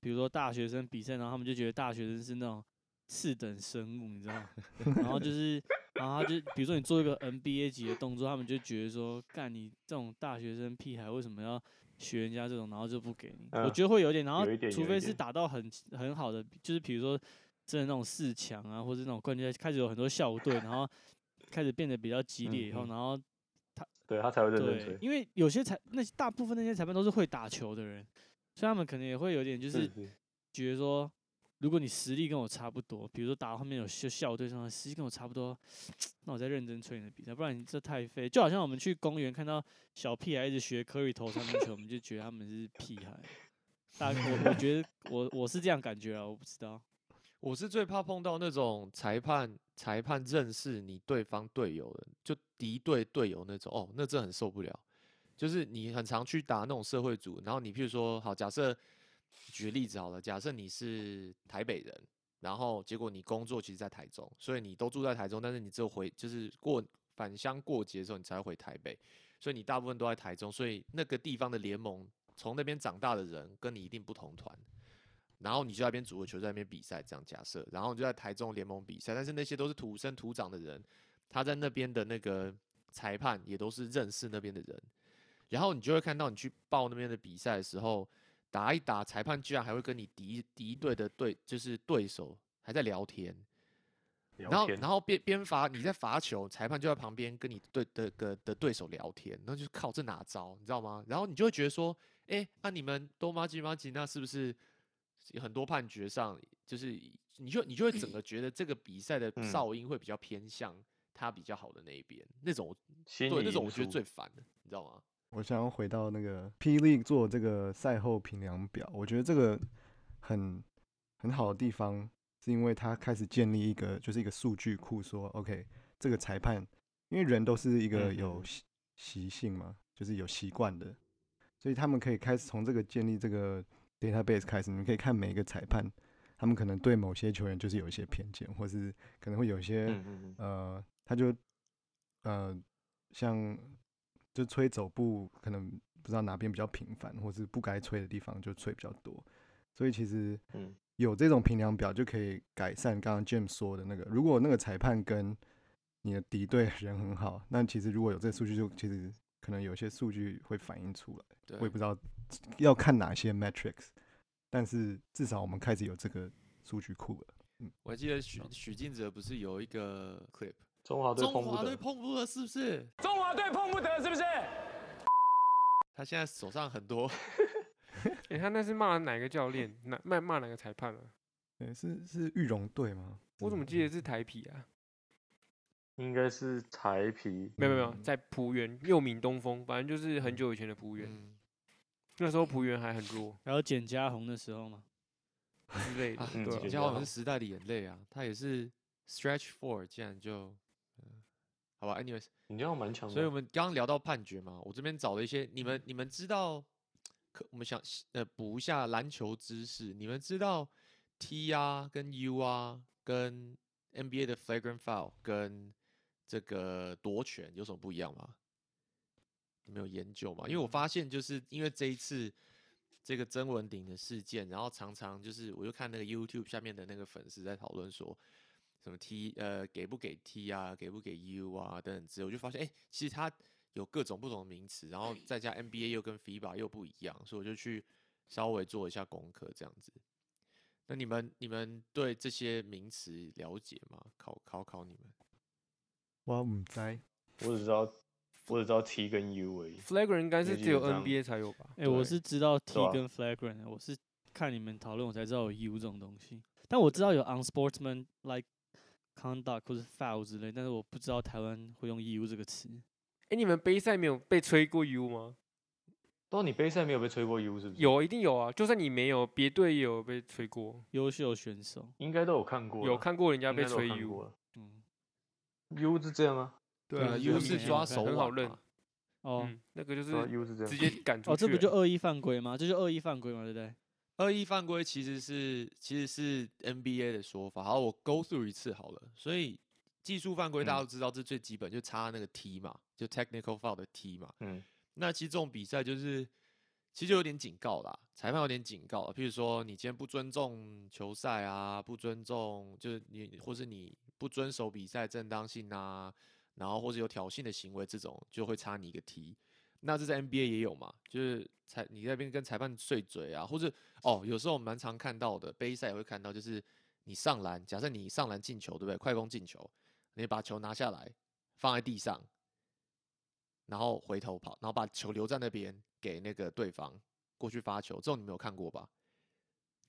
Speaker 4: 比如说大学生比赛，然后他们就觉得大学生是那种次等生物，你知道吗？ 然后就是，然后他就比如说你做一个 NBA 级的动作，他们就觉得说，干你这种大学生屁孩为什么要学人家这种，然后就不给你。我
Speaker 5: 嗯
Speaker 4: 觉得会有点，然后
Speaker 5: 有一点
Speaker 4: 除
Speaker 5: 有一
Speaker 4: 非是
Speaker 5: 点
Speaker 4: 打到很很好的，就是比如说真的那种四强啊，或者那种冠军赛，开始有很多校队，然后开始变得比较激烈以后，
Speaker 5: 嗯嗯
Speaker 4: 然后
Speaker 5: 对他才会认真
Speaker 4: 对
Speaker 5: 吹，，
Speaker 4: 因为有些裁那些大部分那些裁判都是会打球的人，所以他们可能也会有点就是觉得说，如果你实力跟我差不多，比如说打后面有校校队上，实力跟我差不多，那我再认真吹你的比赛，不然你这太废。就好像我们去公园看到小屁孩一直学科里投三分球，我们就觉得他们是屁孩。大我我觉得我我是这样感觉啊，我不知道。
Speaker 2: 我是最怕碰到那种裁判裁判认识你对方队友的，就敌对队友那种，哦，那真的很受不了。就是你很常去打那种社会组，然后你譬如说，好，假设举个例子好了，假设你是台北人，然后结果你工作其实在台中，所以你都住在台中，但是你只有回就是过返乡过节的时候你才会回台北，所以你大部分都在台中，所以那个地方的联盟从那边长大的人跟你一定不同团，然后你就在那边组个球，在那边比赛，这样假设，然后你就在台中联盟比赛，但是那些都是土生土长的人，他在那边的那个裁判也都是认识那边的人，然后你就会看到你去报那边的比赛的时候，打一打，裁判居然还会跟你敌敌对的对，就是对手还在聊天，然
Speaker 5: 聊
Speaker 2: 后
Speaker 5: 天，
Speaker 2: 然后边边罚你在罚球，裁判就在旁边跟你对的个的对手聊天，然后就是靠这哪招，你知道吗？然后你就会觉得说，哎、那、你们都马吉马吉，那是不是很多判决上就是你就你就会整个觉得这个比赛的
Speaker 5: 嗯
Speaker 2: 哨音会比较偏向他比较好的那一边，那种我
Speaker 5: 心
Speaker 2: 对
Speaker 5: 理
Speaker 2: 那种
Speaker 5: 因
Speaker 2: 我觉得
Speaker 5: 素
Speaker 2: 最烦的，你知道吗？
Speaker 3: 我想要回到那个霹雳做这个赛后评量表，我觉得这个很很好的地方，是因为它开始建立一个就是一个数据库说，OK 这个裁判，因为人都是一个
Speaker 5: 嗯
Speaker 3: 有习习性嘛，就是有习惯的，所以他们可以开始从这个建立这个 database 开始，你们可以看每一个裁判，他们可能对某些球员就是有一些偏见，或是可能会有一些、
Speaker 5: 嗯嗯嗯，
Speaker 3: 呃，他就呃，像就吹走步，可能不知道哪边比较频繁，或是不该吹的地方就吹比较多。所以其实
Speaker 5: 嗯
Speaker 3: 有这种评量表就可以改善刚刚 James 说的那个，如果那个裁判跟你的敌对 人很好，那其实如果有这个数据，就其实可能有些数据会反映出来。
Speaker 2: 对
Speaker 3: 我也不知道要看哪些 metrics，但是至少我们开始有这个数据库了。
Speaker 2: 我还记得许许晋哲不是有一个 clip，
Speaker 5: 嗯中华队
Speaker 2: 中
Speaker 5: 碰不
Speaker 2: 华队
Speaker 5: 得，
Speaker 2: 碰不得是不是？
Speaker 9: 中华队碰不得是不是？
Speaker 2: 他现在手上很多
Speaker 1: 诶，他那是骂哪个教练？哪骂骂哪个裁判啊？
Speaker 3: 对，是是玉龙队吗？嗯
Speaker 1: 我怎么记
Speaker 3: 得？
Speaker 1: 得是台皮啊？
Speaker 5: 应该是台皮，
Speaker 1: 没有没有
Speaker 5: 嗯
Speaker 1: 没有，在浦原又名东风，反正就是很久以前的浦原。
Speaker 2: 嗯
Speaker 1: 那时候浦原还很弱
Speaker 4: 还有简家红的时候嘛，
Speaker 1: 之类的
Speaker 2: 啊，，
Speaker 1: 对
Speaker 5: 嗯简
Speaker 1: 啊
Speaker 2: 你
Speaker 5: 直接
Speaker 2: 家
Speaker 5: 好
Speaker 2: 好像是时代的眼泪啊，他也是 stretch four，竟然就，嗯，好吧，anyways，
Speaker 5: 你这样蛮强的，啊
Speaker 2: 所以我们刚刚聊到判决嘛，我这边找了一些，你们你们知道，可我们想呃补一下篮球知识，你们知道 T 啊跟 U 啊跟 NBA 的 flagrant foul 跟这个夺权有什么不一样吗？你们有研究吗？因为我发现就是因为这一次这个曾文鼎的事件，然后常常就是我就看那个 YouTube 下面的那个粉丝在讨论说，什么 T 呃给不给 T 啊，给不给 U 啊等等之类，我就发现哎、诶其实它有各种不同的名词，然后再加 NBA 又跟 FIBA 又不一样，所以我就去稍微做一下功课这样子。那你们你们对这些名词了解吗？考考考你们。
Speaker 3: 我唔知。
Speaker 5: 我只知道我只知道 T 跟 U 而已，
Speaker 1: ，Flagrant 应该
Speaker 5: 因为
Speaker 1: 是
Speaker 5: 基
Speaker 1: 只有
Speaker 5: 本上
Speaker 1: NBA 才有吧？
Speaker 4: 哎、我
Speaker 2: 对
Speaker 4: 是知道 T
Speaker 5: 啊
Speaker 4: 跟 flagrant，的、我是看你们讨论我才知道有 U 这种东西，但我知道有 unsportsmanlike conduct 或是 foul 之类，但是我不知道台湾会用 U 这个词。
Speaker 1: 哎，你们杯赛没有被吹过 U 吗？
Speaker 5: 不知道你杯赛没有被吹过 U 是不是？，
Speaker 1: 有，一定有啊！就算你没有，别队也有被吹过，
Speaker 4: 优秀选手，
Speaker 5: 应该都有看过啦，
Speaker 1: 有看过人
Speaker 5: 应
Speaker 1: 家被
Speaker 5: 该都有
Speaker 1: 吹
Speaker 5: 看
Speaker 1: U。
Speaker 5: 过了
Speaker 4: 嗯，
Speaker 5: U 是这样啊，
Speaker 2: 对啊
Speaker 1: 啊
Speaker 2: ，U
Speaker 1: 就是是
Speaker 2: 抓
Speaker 4: 很
Speaker 2: 手
Speaker 1: 很好
Speaker 2: 腕
Speaker 1: 认
Speaker 2: 嘛
Speaker 4: 哦、
Speaker 1: 嗯，那个就
Speaker 5: 对啊
Speaker 1: 是
Speaker 5: ，U 是这
Speaker 1: 直
Speaker 5: 样，
Speaker 1: 接赶出去了。
Speaker 4: 哦，这不就恶意犯规吗？这就恶意犯规嘛，对不对？
Speaker 2: 恶意犯规其实是其实是 NBA 的说法。好，我 go through 一次好了。所以技术犯规大家
Speaker 5: 嗯
Speaker 2: 都知道，这最基本就差那个 T 嘛，就 technical foul 的 T 嘛。
Speaker 5: 嗯
Speaker 2: 那其实这种比赛就是，其实就有点警告啦，裁判有点警告啦。譬如说，你今天不尊重球赛啊，不尊重就是你，或是你不遵守比赛正当性啊，然后或是有挑衅的行为，这种就会插你一个 T。那这在 NBA 也有嘛，就是裁你在那边跟裁判碎嘴啊，或者哦，有时候我们蛮常看到的，杯赛也会看到，就是你上篮，假设你上篮进球，对不对？快攻进球，你把球拿下来放在地上，然后回头跑，然后把球留在那边给那个对方过去发球，这种你没有看过吧？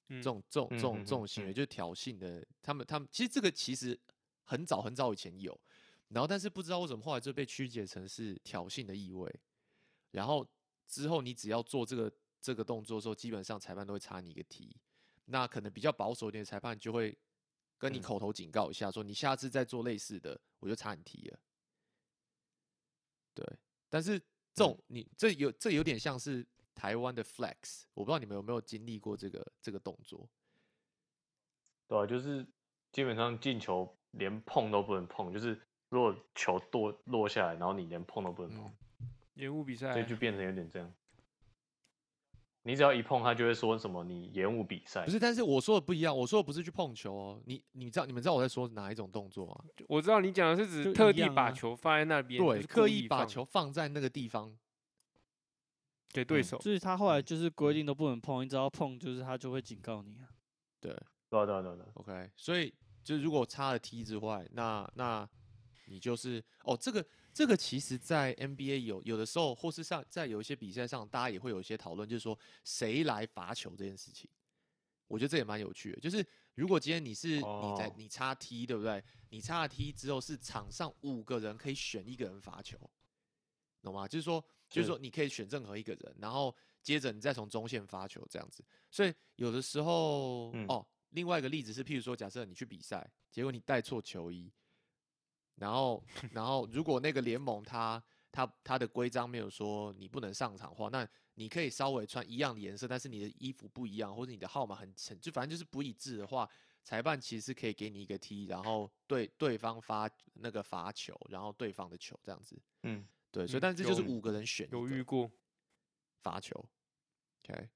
Speaker 1: 嗯
Speaker 2: 这种这种这种这种
Speaker 5: 嗯
Speaker 2: 行
Speaker 5: 嗯
Speaker 2: 为
Speaker 5: 嗯
Speaker 2: 就是挑衅的，他们他们其实这个其实很早很早以前有，然后但是不知道为什么后来就被曲解成是挑衅的意味，然后之后你只要做这个这个动作的时候，基本上裁判都会插你一个题，那可能比较保守一点的裁判就会跟你
Speaker 5: 嗯
Speaker 2: 口头警告一下，说你下次再做类似的，我就插你题了。对，但是
Speaker 5: 嗯
Speaker 2: 这种你这有这有点像是台湾的 flex，我不知道你们有没有经历过这个这个动作。
Speaker 5: 对啊，就是基本上进球连碰都不能碰，就是如果球落落下来，然后你连碰都不
Speaker 1: 哦
Speaker 5: 能碰，
Speaker 1: 延误比
Speaker 2: 嗯
Speaker 5: 所以
Speaker 1: 赛
Speaker 5: 就变成有点这样。你只要一碰，他就会说什么你延误比赛
Speaker 2: 不。是，但是我说的不一样，我说的不是去碰球哦。你你知道你们知道我在说哪一种动作吗？
Speaker 1: 我知道你讲的是
Speaker 4: 就
Speaker 1: 指
Speaker 4: 一
Speaker 1: 特地
Speaker 4: 样
Speaker 1: 把
Speaker 4: 啊
Speaker 1: 球放在那边，不
Speaker 2: 对，
Speaker 1: 是
Speaker 2: 刻
Speaker 1: 故
Speaker 2: 意把
Speaker 1: 放
Speaker 2: 球放在那个地方。
Speaker 1: 给对
Speaker 2: 嗯
Speaker 1: 手。
Speaker 4: 就是他后来就是规定都不能碰，你只要碰就是他就会警告你啊。
Speaker 2: 对
Speaker 5: 对啊，对啊，对啊，对啊
Speaker 2: ，OK。所以就如果插了梯之外，那那你就是哦，这个这个其实，在 NBA 有有的时候，或是上在有一些比赛上，大家也会有一些讨论，就是说谁来罚球这件事情。我觉得这也蛮有趣的，就是如果今天你是你在
Speaker 5: 哦
Speaker 2: 你插梯，对不对？你插了梯之后，是场上五个人可以选一个人罚球，懂吗？就是说，就是
Speaker 5: 是
Speaker 2: 说，你可以选任何一个人，然后接着你再从中线发球这样子。所以有的时候，
Speaker 5: 嗯
Speaker 2: 哦，另外一个例子是，譬如说，假设你去比赛，结果你带错球衣，然后，然后如果那个联盟它它它的规章没有说你不能上场的话，那你可以稍微穿一样的颜色，但是你的衣服不一样，或者你的号码很很就反正就是不一致的话，裁判其实可以给你一个踢，然后对对方发那个罚球，然后对方的球这样子。
Speaker 5: 嗯，
Speaker 2: 对，所以
Speaker 1: 嗯
Speaker 2: 但是这就是
Speaker 1: 有
Speaker 2: 五个人选一
Speaker 1: 有
Speaker 2: 个
Speaker 1: 遇过，
Speaker 2: 罚球。OK，、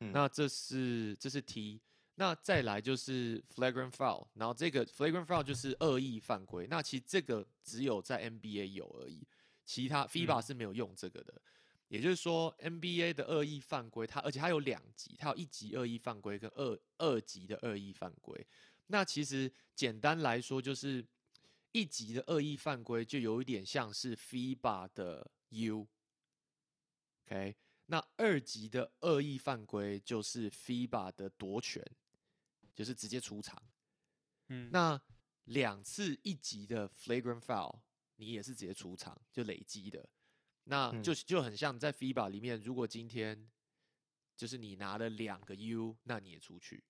Speaker 5: 嗯
Speaker 2: 那这是这是 T，那再来就是 flagrant foul，然后这个 flagrant foul 就是恶意犯规，那其实这个只有在 NBA 有而已，其他 FIBA 是没有用这个的。也就是说，NBA 的恶意犯规，它而且它有两级，它有一级恶意犯规跟二二级的恶意犯规。那其实简单来说，就是一级的恶意犯规就有一点像是 FIBA 的 U。OK，那二级的恶意犯规就是 FIBA 的夺权，就是直接出场。
Speaker 1: 嗯，
Speaker 2: 那两次一级的 flagrant foul，你也是直接出场，就累积的。那
Speaker 5: 嗯
Speaker 2: 就就很像在 FIBA 里面，如果今天就是你拿了两个 U，那你也出去，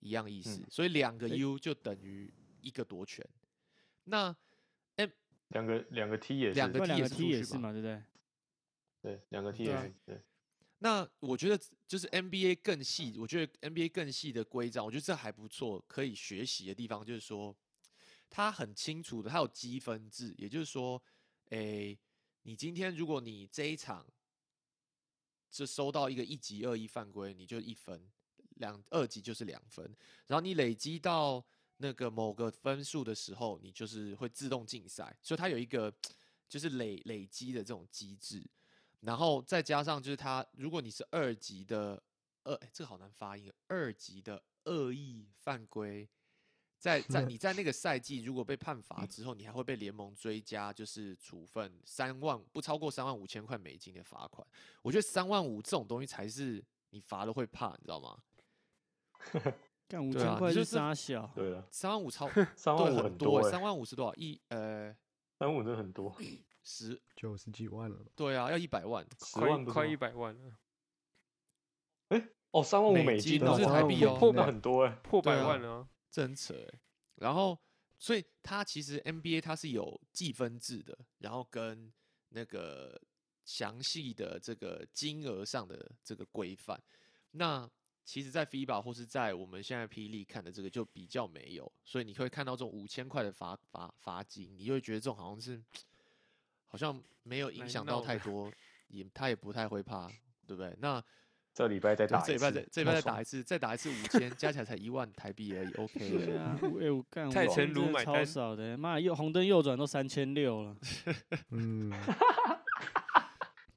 Speaker 2: 一样意思。
Speaker 5: 嗯
Speaker 2: 所以两个
Speaker 4: 诶
Speaker 2: U 就等于一个夺权。那
Speaker 5: 两个两个 T 也是，
Speaker 2: 两个
Speaker 4: 另
Speaker 2: T 也
Speaker 4: 外两个
Speaker 2: 是
Speaker 4: T
Speaker 2: 出
Speaker 4: 也
Speaker 2: 去
Speaker 4: 是
Speaker 2: 吧
Speaker 4: 嘛，对不对？
Speaker 5: 对，两个 T
Speaker 1: 对
Speaker 5: 也
Speaker 1: 啊
Speaker 5: 是，对，
Speaker 2: 那我觉得就是 NBA 更细，我觉得 NBA 更细的规章，我觉得这还不错，可以学习的地方就是说，它很清楚的，它有积分制，也就是说，诶，你今天如果你这一场就收到一个一级二一犯规，你就一分，两二级就是两分，然后你累积到那个某个分数的时候，你就是会自动竞赛，所以它有一个就是累累积的这种机制。然后再加上就是它，如果你是二级的二，诶这个好难发音，二级的恶意犯规，在 在你在那个赛季如果被判
Speaker 5: 嗯
Speaker 2: 罚之后，你还会被联盟追加就是处分三万不超过三万五千块美金的罚款。我觉得三万五这种东西才是你罚了会怕，你知道吗？
Speaker 4: 干五
Speaker 2: 对啊
Speaker 4: 千
Speaker 2: 你
Speaker 4: 块
Speaker 2: 就是是
Speaker 4: 傻小，
Speaker 5: 对了，
Speaker 2: 三万五超
Speaker 5: 三万
Speaker 2: 对
Speaker 5: 五
Speaker 2: 很
Speaker 5: 很多
Speaker 2: 欸
Speaker 5: 欸
Speaker 2: 三万五是多少？一呃
Speaker 5: 三五真的很多，
Speaker 2: 十
Speaker 3: 九十几万了吧，
Speaker 2: 对啊，要一百万
Speaker 5: 十
Speaker 1: 快
Speaker 5: 万
Speaker 1: 一
Speaker 5: 不是
Speaker 1: 快
Speaker 5: 吗
Speaker 1: 一百万了，
Speaker 5: 哦，三万五
Speaker 2: 美金
Speaker 5: 金
Speaker 2: 哦
Speaker 5: 哦，
Speaker 2: 是
Speaker 5: 哇
Speaker 2: 台
Speaker 5: 那
Speaker 2: 币
Speaker 5: 很
Speaker 2: 哦
Speaker 5: 破
Speaker 3: 对
Speaker 5: 那很多哎，
Speaker 1: 破
Speaker 2: 对
Speaker 1: 百
Speaker 2: 啊
Speaker 1: 万了啊。
Speaker 2: 真扯欸。然后，所以它其实 NBA 它是有计分制的，然后跟那个详细的这个金额上的这个规范。那其实，在 FIBA 或是在我们现在霹雳看的这个就比较没有，所以你会看到这种五千块的罚罚罚金，你就会觉得这种好像是好像没有影
Speaker 1: 蛮
Speaker 2: 响到
Speaker 1: 闹
Speaker 2: 太
Speaker 1: 的
Speaker 2: 多，也他也不太会怕，对不对？那
Speaker 5: 这礼拜再
Speaker 2: 对
Speaker 5: 打一次，
Speaker 2: 这礼拜再这礼拜
Speaker 5: 好
Speaker 2: 再
Speaker 5: 爽
Speaker 2: 打一次，再打一次五千，加起来才一万台币而已，OK 了
Speaker 4: 对啊，哎、我干，
Speaker 1: 蔡
Speaker 4: 我
Speaker 1: 成
Speaker 4: 真
Speaker 1: 儒
Speaker 4: 的
Speaker 1: 买
Speaker 4: 超
Speaker 1: 单
Speaker 4: 少的、妈右红灯右转都三千六了，
Speaker 3: 嗯，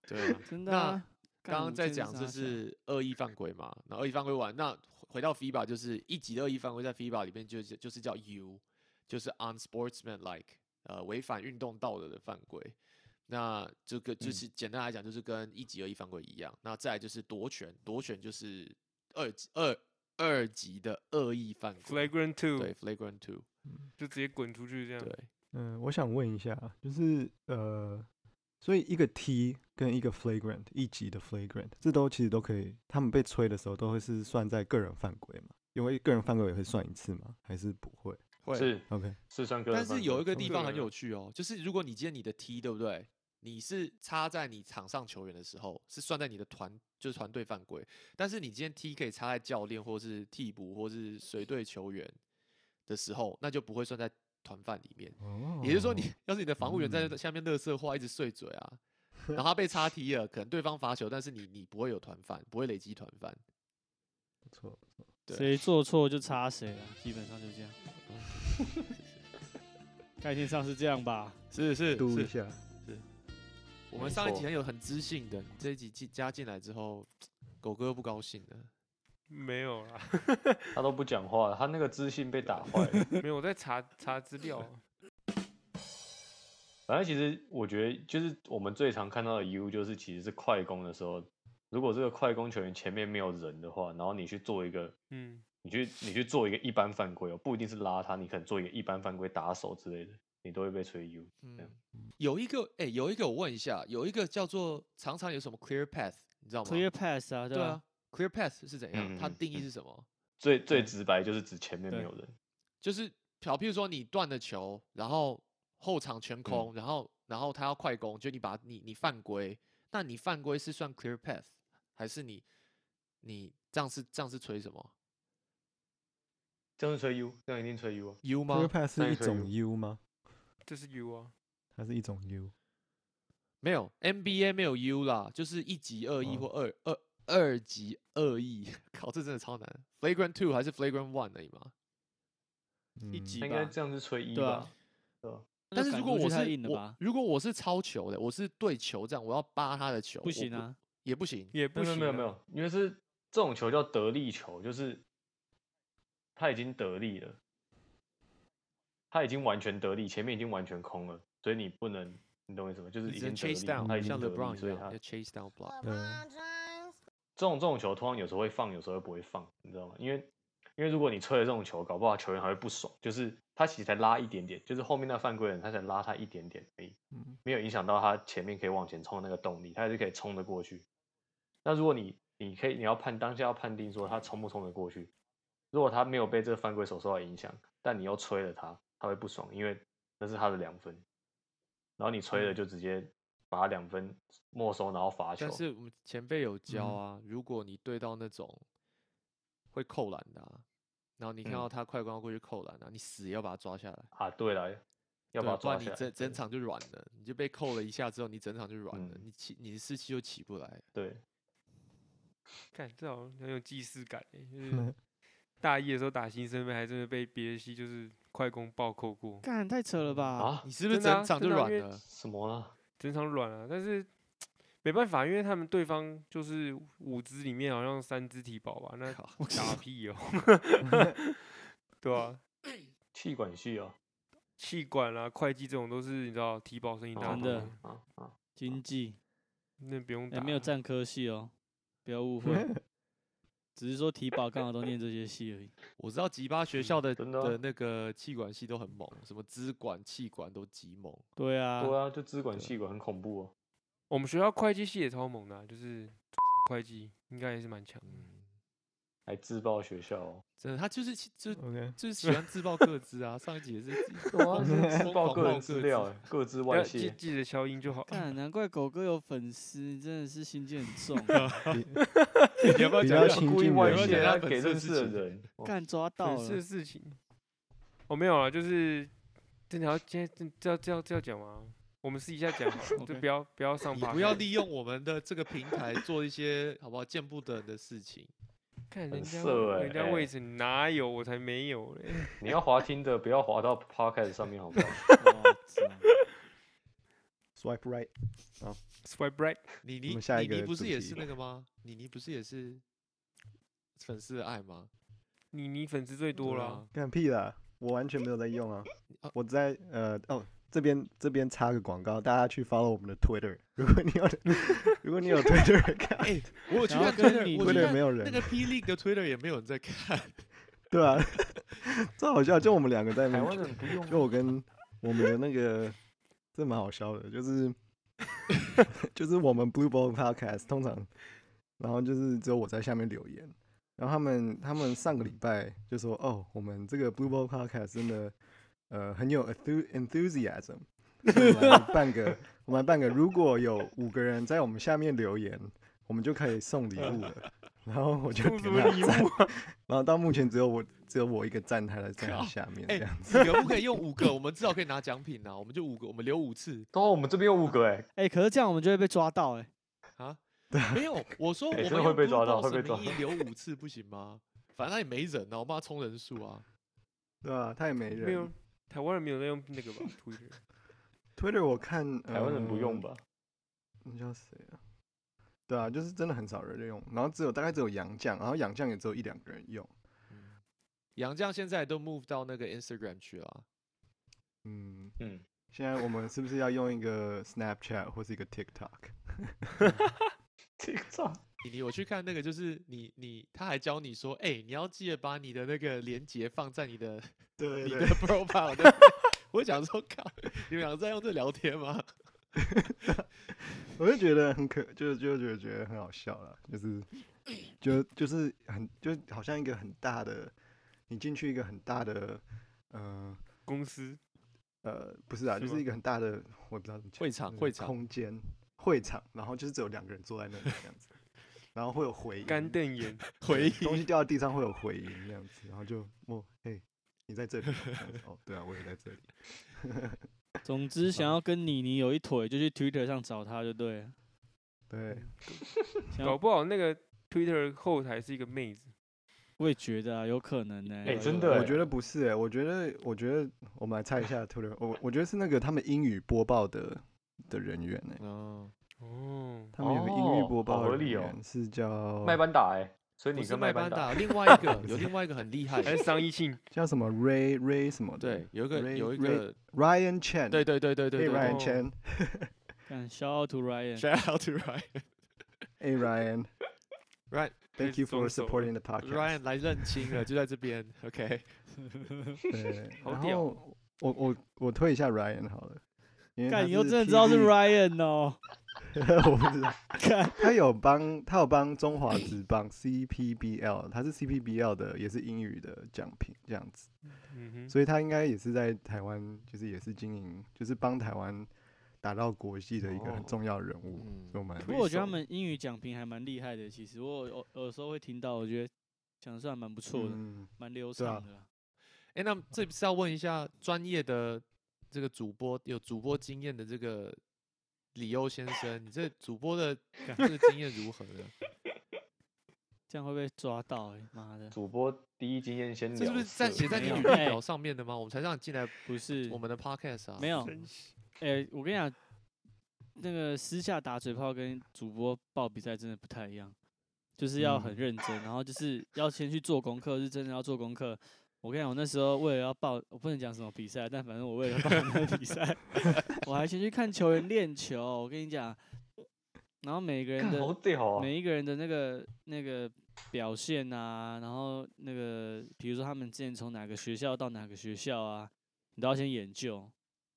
Speaker 2: 对啊，
Speaker 4: 真的、
Speaker 2: 那
Speaker 4: 啊。干
Speaker 2: 刚刚在
Speaker 4: 5000
Speaker 2: 讲这
Speaker 4: 傻小
Speaker 2: 是恶意犯规嘛，那恶意犯规完，那回回到 FIBA 就是一级的恶意犯规，在 FIBA 里面就是就是叫 U，就是 unsportsmanlike，呃，违反运动道德的犯规。那这个就是简单来讲，就是跟一级恶意犯规一样。那再来就是夺权，夺权就是二级二二级的恶意犯规
Speaker 1: Flagrant two 啊
Speaker 2: 对 flagrant two，
Speaker 1: 就直接滚出去这样
Speaker 2: 对。，
Speaker 3: 嗯，我想问一下，就是呃，所以一个 T 跟一个 flagrant 一级的 flagrant，这都其实都可以，他们被吹的时候都会是算在个人犯规嘛？因为个人犯规也会算一次吗？还是不会
Speaker 2: 会
Speaker 5: 是
Speaker 3: ？OK，
Speaker 5: 是算个人
Speaker 2: 但
Speaker 5: 犯
Speaker 2: 是
Speaker 5: 规，
Speaker 2: 有一个
Speaker 1: 中
Speaker 2: 地
Speaker 1: 国
Speaker 2: 方
Speaker 1: 人
Speaker 2: 很
Speaker 1: 啊
Speaker 2: 有趣哦，就是如果你今天你的 T 对不对？你是插在你场上球员的时候，是算在你的团就是团队犯规，但是你今天踢可以插在教练或是替补或是随队球员的时候，那就不会算在团犯里面。
Speaker 3: 哦
Speaker 2: 也就是说你，要是你的防护员在下面乐色话一直碎嘴啊，然后他被插踢了，可能对方罚球，但是你你不会有团犯，不会累积团犯。
Speaker 3: 不错，不错
Speaker 2: 对
Speaker 4: 谁做错就插谁啊，基本上就 这样。概念上是这样吧？
Speaker 2: 是是
Speaker 3: 嘟一
Speaker 2: 是，
Speaker 3: 下，
Speaker 2: 我们
Speaker 5: 没
Speaker 2: 上一集
Speaker 5: 错
Speaker 2: 很有很知性的，你这一集进加进来之后，狗哥不高兴了。
Speaker 1: 没有啦，
Speaker 5: 他都不讲话，他那个自信被打坏了。
Speaker 1: 没有，我在查查资料啊。
Speaker 5: 反正其实我觉得，就是我们最常看到的 U，就是其实是快攻的时候，如果这个快攻球员前面没有人的话，然后你去做一个，
Speaker 1: 嗯，
Speaker 5: 你去你去做一个一般犯规哦，不一定是拉他，你可能做一个一般犯规打手之类的，你都会被吹 U。
Speaker 2: 嗯，有一个哎、有一个我问一下，有一个叫做常常有什么 clear path，你知道吗
Speaker 4: Clear pass 啊，
Speaker 2: 对
Speaker 4: 吧、
Speaker 2: 啊，clear path 是怎样？它
Speaker 5: 嗯嗯
Speaker 2: 定义
Speaker 5: 嗯
Speaker 2: 是什么？
Speaker 5: 最最
Speaker 4: 对
Speaker 5: 直白就是指前面
Speaker 4: 对
Speaker 5: 没有人。
Speaker 2: 就是好，譬如说你断了球，然后后场全空，
Speaker 5: 嗯
Speaker 2: 然后然后他要快攻，就你把你你犯规，那你犯规是算 clear path，还是你你这样是这样是吹什么
Speaker 5: 这样是吹 U，这样一定吹 U 啊！
Speaker 2: U
Speaker 3: 这个
Speaker 2: 吗？
Speaker 3: pass
Speaker 5: 那
Speaker 3: 是一
Speaker 5: 你可以
Speaker 3: 种 U 吗？
Speaker 1: 这是 U 啊，
Speaker 3: 它是一种 U，
Speaker 2: 没有 NBA 没有 U 啦，就是一级恶意
Speaker 3: 哦
Speaker 2: 或二、二二级恶意。 靠，这真的超难。Flagrant two 还是 Flagrant one 而已嘛？
Speaker 4: 一
Speaker 3: 嗯
Speaker 4: 级
Speaker 5: 那应该
Speaker 4: 吧？
Speaker 5: 这样是吹一
Speaker 4: 对啊
Speaker 5: 吧？对吧？
Speaker 4: 那
Speaker 2: 但是
Speaker 4: 赶
Speaker 2: 如果
Speaker 4: 出去
Speaker 2: 我
Speaker 4: 太
Speaker 2: 是
Speaker 4: 硬了
Speaker 2: 我
Speaker 4: 吧，
Speaker 2: 如果我是超球的，我是对球这样，我要扒他的球，
Speaker 4: 不
Speaker 2: 我
Speaker 4: 行啊，
Speaker 2: 也不行。啊
Speaker 1: 也不
Speaker 5: 没有
Speaker 1: 行。
Speaker 5: 没有没有没，有，因为是这种球叫得力球，就是他已经得力了，他已经完全得力，前面已经完全空了，所以你不能，你懂我意思吗？就是
Speaker 2: 你
Speaker 5: 已
Speaker 2: 只
Speaker 5: 经
Speaker 2: 能
Speaker 5: 得力
Speaker 2: chase down，
Speaker 5: 他已
Speaker 2: 像
Speaker 5: 经得力，
Speaker 2: LeBron
Speaker 5: 所
Speaker 2: 一
Speaker 5: 以
Speaker 2: 样
Speaker 5: 他
Speaker 2: 要 chase down block。
Speaker 3: 对，
Speaker 5: 这种这种球通常有时候会放，有时候会不会放，你知道吗？因为因为如果你吹了这种球，搞不好球员还会不爽，就是他其实才拉一点点，就是后面那犯规人他才拉他一点点而已，
Speaker 3: 嗯
Speaker 5: 没有影响到他前面可以往前冲的那个动力，他还是可以冲得过去。那如果你你可以你要判当下要判定说他冲不冲得过去，如果他没有被这个犯规手受到影响，但你又吹了他，他会不爽，因为那是他的两分，然后你吹了就直接把他两分没收，然后罚球。
Speaker 2: 嗯但是我们前辈有教啊，如果你对到那种会扣篮的、啊，然后你看到
Speaker 5: 嗯
Speaker 2: 他快攻要过去扣篮啊，你死也要把他抓下来，
Speaker 5: 啊，对了，
Speaker 2: 对
Speaker 5: 要
Speaker 2: 啊
Speaker 5: 把它
Speaker 2: 不然
Speaker 5: 抓
Speaker 2: 你
Speaker 5: 起来。
Speaker 2: 整整
Speaker 5: 对
Speaker 2: 场就软了，你就被扣了一下之后，你整场就软了，
Speaker 5: 嗯
Speaker 2: 你起你的士气就起不来了。
Speaker 5: 对，
Speaker 1: 看这好像很有既视感诶、 就是大一的时候打新生杯，还真的被别的系就是快攻暴扣过，
Speaker 4: 干太扯了吧？
Speaker 5: 啊
Speaker 2: 你是不是
Speaker 1: 真的
Speaker 2: 整
Speaker 1: 啊
Speaker 2: 场就
Speaker 1: 真的啊
Speaker 2: 软
Speaker 1: 因为
Speaker 2: 了？
Speaker 5: 什么啊？
Speaker 1: 整场软啊。但是没办法，因为他们对方就是五支里面好像三支体保吧，那
Speaker 2: 靠
Speaker 1: 打屁 哦、对啊，
Speaker 5: 气管系哦，
Speaker 1: 气管啊、会计这种都是你知道体保声音大
Speaker 5: 啊
Speaker 1: 多
Speaker 4: 的
Speaker 1: 的，
Speaker 5: 啊啊！
Speaker 4: 经济
Speaker 1: 那不用
Speaker 4: 哎、
Speaker 1: 打。
Speaker 4: 没有占科系哦，不要误
Speaker 3: 嗯
Speaker 4: 会，只是说体保刚好都念这些系而已。
Speaker 2: 我知道吉巴学校的
Speaker 5: 真的啊
Speaker 2: 的那个气管系都很猛，什么支管、气管都极猛。
Speaker 4: 对啊，
Speaker 5: 对啊，就支管气管很恐怖哦。
Speaker 1: 我们学校会计系也超猛的啊、就是 会计应该也是蛮强的。
Speaker 5: 嗯还自爆学校哦，
Speaker 2: 真的，他就是喜就
Speaker 3: ，OK，
Speaker 2: 就是喜欢自爆各自啊。上一集也是
Speaker 5: 哇，
Speaker 2: 疯狂
Speaker 5: 啊自爆
Speaker 2: 狂
Speaker 5: 个
Speaker 2: 爆
Speaker 5: 人资
Speaker 2: 各
Speaker 5: 料
Speaker 2: 自
Speaker 5: 哎，各自
Speaker 1: 不要
Speaker 5: 外
Speaker 1: 记
Speaker 5: 泄。
Speaker 1: 记得消音就好。
Speaker 4: 干，难怪狗哥有粉丝，真的是心机很重。
Speaker 2: 啊
Speaker 5: 欸
Speaker 2: 你要不要
Speaker 3: 比
Speaker 2: 讲
Speaker 3: 较
Speaker 2: 一下
Speaker 3: 亲
Speaker 5: 故意
Speaker 3: 近
Speaker 5: 外
Speaker 3: 人
Speaker 2: 有没有
Speaker 5: 泄，
Speaker 2: 讲
Speaker 5: 他
Speaker 2: 他粉
Speaker 5: 给
Speaker 2: 丝
Speaker 5: 认
Speaker 2: 事
Speaker 5: 识的
Speaker 2: 情
Speaker 5: 人，哦哇
Speaker 4: 干抓到
Speaker 1: 粉
Speaker 4: 了
Speaker 1: 丝的，事情，我、没有啊，就是真的要今天真这要这要这要讲吗？我们私底下讲好了，就
Speaker 4: OK
Speaker 1: 不要不要上
Speaker 2: 你
Speaker 1: 八。
Speaker 2: 不要利用我们的这个平台做一些好不好见不得人的事情。
Speaker 1: 看人
Speaker 5: 很
Speaker 1: 家
Speaker 5: 色
Speaker 1: 位
Speaker 5: 欸
Speaker 1: 人家
Speaker 5: 哎
Speaker 1: 位置哪有，我才没有嘞。
Speaker 5: 你要滑听的，不要滑到 podcast 上面，好不好？
Speaker 4: 哇塞
Speaker 3: ，Swipe right，
Speaker 1: Swipe right，
Speaker 2: 你你
Speaker 3: 们下一
Speaker 2: 你你
Speaker 3: 个
Speaker 2: 不
Speaker 3: 主
Speaker 2: 是也
Speaker 3: 题
Speaker 2: 是那个吗？你你不是也是粉丝的爱吗？
Speaker 1: 你你粉丝最多
Speaker 2: 对
Speaker 1: 了
Speaker 2: 啊
Speaker 1: 啊，
Speaker 3: 干屁啦，我完全没有在用啊
Speaker 2: 哦，
Speaker 3: 我在呃哦。这边这边插个广告，大家去 follow 我们的 Twitter。如果你 有，如果你有 Twitter 看，
Speaker 2: 哎、我有去
Speaker 4: 然后
Speaker 2: 看
Speaker 4: 跟
Speaker 2: Twitter，
Speaker 4: 你
Speaker 2: 我去
Speaker 3: Twitter
Speaker 2: 看
Speaker 3: 没有
Speaker 2: 那
Speaker 3: 人
Speaker 2: 个 P League 的 Twitter 也没有人在看。
Speaker 3: 对啊， 这好笑，就我们两个在那
Speaker 5: 台
Speaker 3: 边
Speaker 5: 湾人不 用
Speaker 3: 就我跟我们的那个，这蛮好笑的，就是 就是我们 Blue Ball Podcast 通常，然后就是只有我在下面留言，然后他们他们上个礼拜就说哦，我们这个 Blue Ball Podcast 真的呃很有 enthu- enthusiasm，我们来办个，我们来办个，如果有五个人在我们下面留言，我们就可以送礼物了。然后我就
Speaker 2: 送什
Speaker 3: 点
Speaker 2: 么
Speaker 3: 他
Speaker 2: 礼
Speaker 3: 赞
Speaker 2: 物，
Speaker 3: 然后到目前只有我只有我一个赞，他的在他
Speaker 2: 靠
Speaker 3: 下面
Speaker 2: 哎
Speaker 3: 这样，子。
Speaker 2: 可不可以用五 个？我们至少可以拿奖品啊！我们就五个，我们留五次
Speaker 5: 对啊，我们这边有五个哎、
Speaker 4: 哎、可是这样我们就会被抓到哎、
Speaker 2: 啊！没有，我说我
Speaker 5: 哎
Speaker 2: 们
Speaker 5: 真的会
Speaker 2: 用
Speaker 5: 被抓
Speaker 2: Blue
Speaker 5: 到
Speaker 2: Balls
Speaker 5: 会被
Speaker 2: 的
Speaker 5: 抓
Speaker 2: 名义留 五次不行吗？反正他也没人啊，我帮他充人数啊。
Speaker 3: 对啊，他也没
Speaker 1: 没有
Speaker 3: 人。
Speaker 1: 台湾人没有在用那 个吧？Twitter
Speaker 3: Twitter 我看
Speaker 5: 台湾人不
Speaker 3: 嗯
Speaker 5: 用？吧？
Speaker 3: 呃那叫谁啊？对啊，就是真的很少人用，然后只有大概只有杨绛，然后杨绛也只有一两个人用。
Speaker 2: 嗯杨绛现在都 move 到那个 Instagram 去了啊，
Speaker 3: 嗯，
Speaker 5: 嗯，
Speaker 3: 现在我们是不是要用一个 Snapchat 或是一个 TikTok？
Speaker 5: 这个照
Speaker 2: 你你我去看那个，就是你你他还教你说，哎、你要记得把你的那个链接放在你 的
Speaker 3: 对
Speaker 2: 你的 profile 那边。我想说，靠，你们俩在用这聊天吗？
Speaker 3: 我就觉得很可，就就就觉得很好笑了，就是就就是很就好像一个很大的，你进去一个很大的，呃
Speaker 1: 公司
Speaker 3: 呃，不是啊，
Speaker 1: 是
Speaker 3: 就是
Speaker 1: 吗
Speaker 3: 一个很大的，我也不知道怎么讲，
Speaker 2: 会场
Speaker 3: 就是
Speaker 2: 会场
Speaker 3: 嗯空间会场，然后就是只有两个人坐在那里这样子， 然后会有回音，
Speaker 1: 干瞪眼，
Speaker 2: 回
Speaker 3: 对东西
Speaker 2: 忆
Speaker 3: 掉到地上会有回音这样子，然后就哦嘿，你在这里哦，这样子哦对啊，我也在这里，
Speaker 4: 总之，想要跟妮妮有一腿，就去 Twitter 上找她就对了。
Speaker 3: 对，
Speaker 2: 嗯
Speaker 4: 想
Speaker 1: 搞
Speaker 4: 要
Speaker 1: 不好那个 Twitter 后台是一个妹子，
Speaker 4: 我也觉得啊，有可能呢、
Speaker 5: 哎
Speaker 4: 有
Speaker 5: 真
Speaker 4: 有
Speaker 5: 的
Speaker 4: 有
Speaker 3: 我觉得不是哎、我觉得，我觉得我们来猜 一下 t w 我我觉得是那个他们英语播报的的人员哎、
Speaker 2: 哦，
Speaker 1: 哦，
Speaker 3: 他们有个英
Speaker 5: 哦
Speaker 3: 语播
Speaker 5: 好
Speaker 3: 报
Speaker 5: 合
Speaker 3: 的人
Speaker 5: 理哦
Speaker 3: 员是叫
Speaker 5: 麦班达哎、所以
Speaker 2: 不
Speaker 5: 你
Speaker 2: 是
Speaker 5: 跟
Speaker 2: 麦
Speaker 5: 班
Speaker 2: 班达， 另外一个
Speaker 3: 不
Speaker 2: 有
Speaker 3: 是
Speaker 2: 另外一个很厉害
Speaker 1: 还
Speaker 2: 的，
Speaker 1: 是商议性？
Speaker 3: 叫什么 Ray Ray 什么的，
Speaker 2: 对，有一个
Speaker 3: Ray-
Speaker 2: 有一
Speaker 3: Ray-
Speaker 2: 个，
Speaker 3: ，Ryan Chen，
Speaker 2: 对对对对对
Speaker 3: ，A
Speaker 2: 对
Speaker 3: Ryan Chen，
Speaker 4: 干 shout out to Ryan，
Speaker 2: ，Shout out to Ryan，Ryan
Speaker 3: A Ryan，Thank you
Speaker 1: 松
Speaker 3: for
Speaker 1: 手
Speaker 3: supporting the podcast。
Speaker 2: Ryan 来认亲 了，就在这边，OK，
Speaker 3: 对，
Speaker 1: 好
Speaker 3: 然
Speaker 1: 屌
Speaker 3: 后我我我推一下 Ryan 好了，因为他
Speaker 4: 干你又
Speaker 3: 是
Speaker 4: 真的知道是
Speaker 3: PV
Speaker 4: Ryan 哦，
Speaker 3: 我不知道，
Speaker 4: 干
Speaker 3: 他有帮他有帮中华职棒 CPBL，他是 CPBL 的，也是英语的奖品这样子，
Speaker 1: 嗯哼，
Speaker 3: 所以他应该也是在台湾，就是也是经营，就是帮台湾打到国际的一个
Speaker 2: 哦
Speaker 3: 很重要人物，
Speaker 2: 嗯
Speaker 3: 所以我们
Speaker 4: 不过我觉得他们英语讲评还蛮厉害的，其实我有有有时候会听到，我觉得讲的算蛮不错的，
Speaker 3: 嗯，
Speaker 4: 蛮流
Speaker 3: 对啊
Speaker 4: 畅的啦。
Speaker 2: 哎，那这是要问一下专业的这个主播有主播经验的这个李欧先生，你这主播 的这个经验如何呢？
Speaker 4: 这样会被抓到哎、妈的，
Speaker 5: 主播第一经验先聊
Speaker 2: 这
Speaker 5: 色，
Speaker 2: 是不是在写在你
Speaker 4: 没有
Speaker 2: 履历
Speaker 4: 哎
Speaker 2: 表上面的吗？我们才让你进来
Speaker 4: 不是
Speaker 2: 我们的 podcast 啊。
Speaker 4: 没有，哎、我跟你讲，那个私下打嘴炮跟主播报比赛真的不太一样，就是要很
Speaker 3: 嗯
Speaker 4: 认真，然后就是要先去做功课，是真的要做功课。我跟你讲，我那时候为了要报，我不能讲什么比赛，但反正我为了报那个比 赛，我还先去看球员练球。我跟你讲，然后每个人
Speaker 5: 干
Speaker 4: 的
Speaker 5: 好屌啊！
Speaker 4: 每一个人的那个那个表现啊，然后那个比如说他们之前从哪个学校到哪个学校啊，你都要先研究，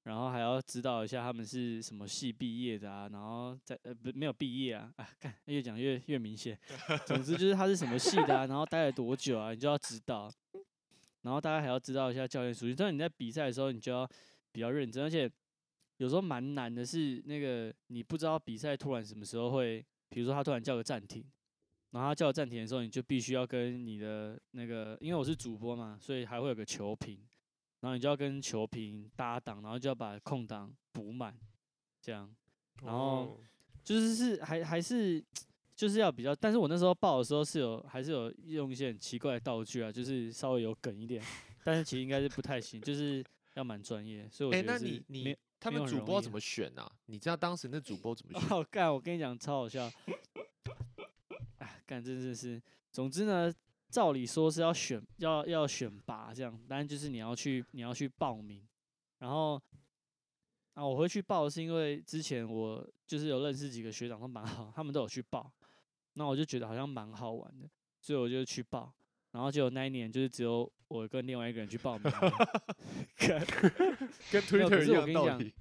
Speaker 4: 然后还要指导一下他们是什么系毕业的啊，然后在呃不没有毕业啊啊，看越讲越越明显，总之就是他是什么系的啊，然后待了多久啊，你就要知道，然后大家还要知道一下教练属性，但你在比赛的时候你就要比较认真，而且。有时候蛮难的是，那个你不知道比赛突然什么时候会比如说他突然叫个暂停，然后他叫暂停的时候，你就必须要跟你的那个，因为我是主播嘛，所以还会有个球评，然后你就要跟球评搭档，然后就要把空档补满，这样然后
Speaker 1: 哦
Speaker 4: 就是是还还是就是要比较，但是我那时候报的时候是有还是有用一些很奇怪的道具啊，就是稍微有梗一点，但是其实应该是不太行，就是要蛮专业，所以我
Speaker 2: 哎、
Speaker 4: 觉
Speaker 2: 那
Speaker 4: 得是没
Speaker 2: 你
Speaker 4: 有。
Speaker 2: 你他
Speaker 4: 没
Speaker 2: 们
Speaker 4: 有很
Speaker 2: 主
Speaker 4: 容
Speaker 2: 播要
Speaker 4: 易
Speaker 2: 怎
Speaker 4: 啊
Speaker 2: 么选啊？你知道当时那主播怎么选？
Speaker 4: 哦， 干！我跟你讲，超好笑。啊，干，真的是。总之呢，照理说是要选，要要选拔这样，但就是你要去，你要去报名。然后啊，我会去报是因为之前我就是有认识几个学长都蛮好，他们都有去报，那我就觉得好像蛮好玩的，所以我就去报。然后结果那一年就是只有我跟另外一个人去报名而已， 干
Speaker 2: 跟
Speaker 4: 没有可
Speaker 2: Twitter
Speaker 4: 是
Speaker 2: 一
Speaker 4: 我
Speaker 2: 样
Speaker 4: 跟你
Speaker 2: 道
Speaker 4: 讲
Speaker 2: 理，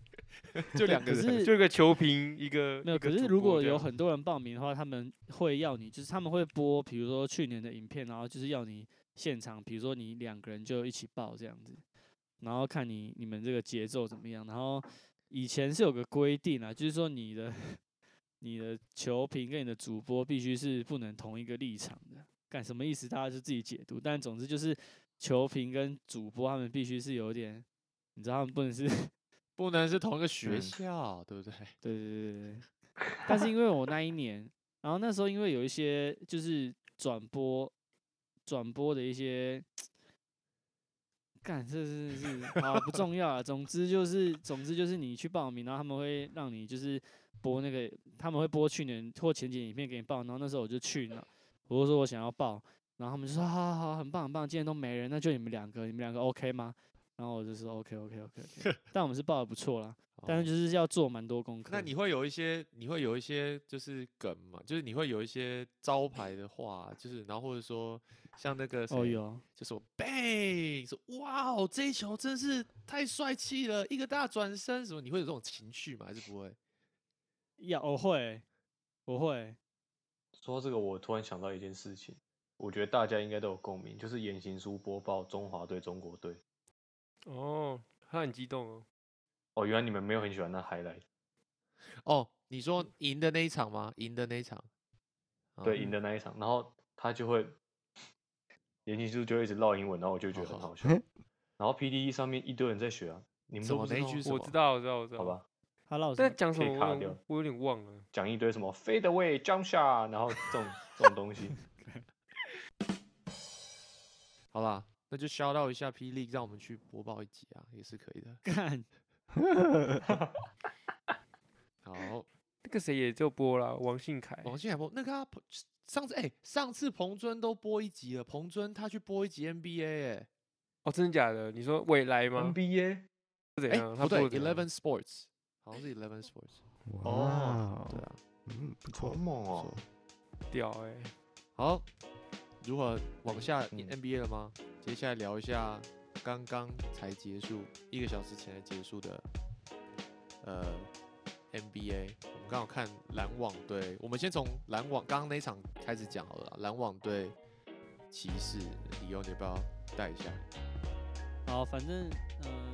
Speaker 2: 就两个
Speaker 4: 可
Speaker 2: 人。
Speaker 4: 是
Speaker 1: 就一个球评，一个
Speaker 4: 没有，
Speaker 1: 一个
Speaker 4: 可是
Speaker 1: 主
Speaker 4: 如
Speaker 1: 播
Speaker 4: 果
Speaker 1: 这
Speaker 4: 有
Speaker 1: 样
Speaker 4: 很多人报名的话，他们会要你，就是他们会播，比如说去年的影片，然后就是要你现场，比如说你两个人就一起报这样子，然后看你你们这个节奏怎么样。然后以前是有个规定啊，就是说你的你的球评跟你的主播必须是不能同一个立场的。干什么意思？大家就自己解读。但总之就是球评跟主播他们必须是有点，你知道他们不能是
Speaker 2: 不能是同一个学
Speaker 5: 嗯
Speaker 2: 校，对不对？
Speaker 4: 对对对对对。但是因为我那一年，然后那时候因为有一些就是转播转播的一些，干这是是啊不重要啊。总之就是总之就是你去报名，然后他们会让你就是播那个，他们会播去年或前几年影片给你报。然后那时候我就去了，我就说我想要报，然后他们就说好好好，很棒很棒，今天都没人，那就你们两个，你们两个 OK 吗？然后我就说 OK OK OK OK，但我们是报的不错啦。但是
Speaker 2: 哦
Speaker 4: 就是要做蛮多功课的。
Speaker 2: 那你会有一些，你会有一些就是梗嘛，就是你会有一些招牌的话，就是然后或者说像那个
Speaker 4: 哦
Speaker 2: 谁
Speaker 4: 有，
Speaker 2: 就是我 bang，说哇哦，这一球真是太帅气了，一个大转身什么，你会有这种情绪吗？还是不会？
Speaker 4: 要我会，我会，
Speaker 5: 说到这个，我突然想到一件事情，我觉得大家应该都有共鸣，就是言行书播报中华队、中国队。
Speaker 1: 哦，他很激动哦。
Speaker 5: 哦，原来你们没有很喜欢那 highlight，
Speaker 2: 哦，你说
Speaker 4: 嗯
Speaker 2: 赢的那一场吗？赢的那一场，嗯
Speaker 5: 对，
Speaker 2: 哦
Speaker 5: 赢的那一场，然后他就会言行书就会一直唠英文，然后我就觉
Speaker 2: 哦
Speaker 5: 得很 好笑。然后 PDE 上面一堆人在学啊，你们
Speaker 2: 什
Speaker 5: 都
Speaker 2: 么
Speaker 5: 不
Speaker 2: 那
Speaker 5: 知
Speaker 2: 一
Speaker 5: 道
Speaker 2: 句
Speaker 5: 吗
Speaker 2: 什
Speaker 1: 我
Speaker 2: 么
Speaker 1: 知道，我知道，我知道。
Speaker 5: 好吧，，
Speaker 4: 他老师
Speaker 1: 但讲什
Speaker 5: 可以
Speaker 1: 么
Speaker 5: 卡
Speaker 1: 我
Speaker 5: 掉
Speaker 1: 有我有点忘了。
Speaker 5: 讲一堆什么 fade away jump shot，然后这种这种 东西。
Speaker 2: 好啦，那就 shout out 一下霹雳，让我们去播报一集啊，也是可以的。
Speaker 4: 干
Speaker 2: 好，
Speaker 1: 那个谁也就播了，王信凯。
Speaker 2: 王信海播那个、啊、彭上次哎、上次彭尊都播一集了，彭尊他去播一集 NBA 哎、
Speaker 1: 哦，真的假的？你说未来吗？
Speaker 5: NBA
Speaker 1: 是怎
Speaker 2: 哎、
Speaker 1: 样？他
Speaker 2: 不对
Speaker 1: 播的怎样
Speaker 2: ，Eleven Sports，好像是 Eleven Sports。
Speaker 3: 哇哦，
Speaker 2: 对啊，
Speaker 3: 嗯，不
Speaker 5: 好
Speaker 3: 错，
Speaker 5: 猛
Speaker 2: 不
Speaker 5: 哦
Speaker 2: 错！
Speaker 1: 屌哎、
Speaker 2: 好，如何往下
Speaker 5: 嗯
Speaker 2: NBA 了吗？接下来聊一下刚刚才结束，一个小时前才结束的，呃，NBA。我们刚好看篮网队，我们先从篮网刚刚那场开始讲好了啦。篮网队骑士，李欧，你要不要带一下？
Speaker 4: 好，反正呃，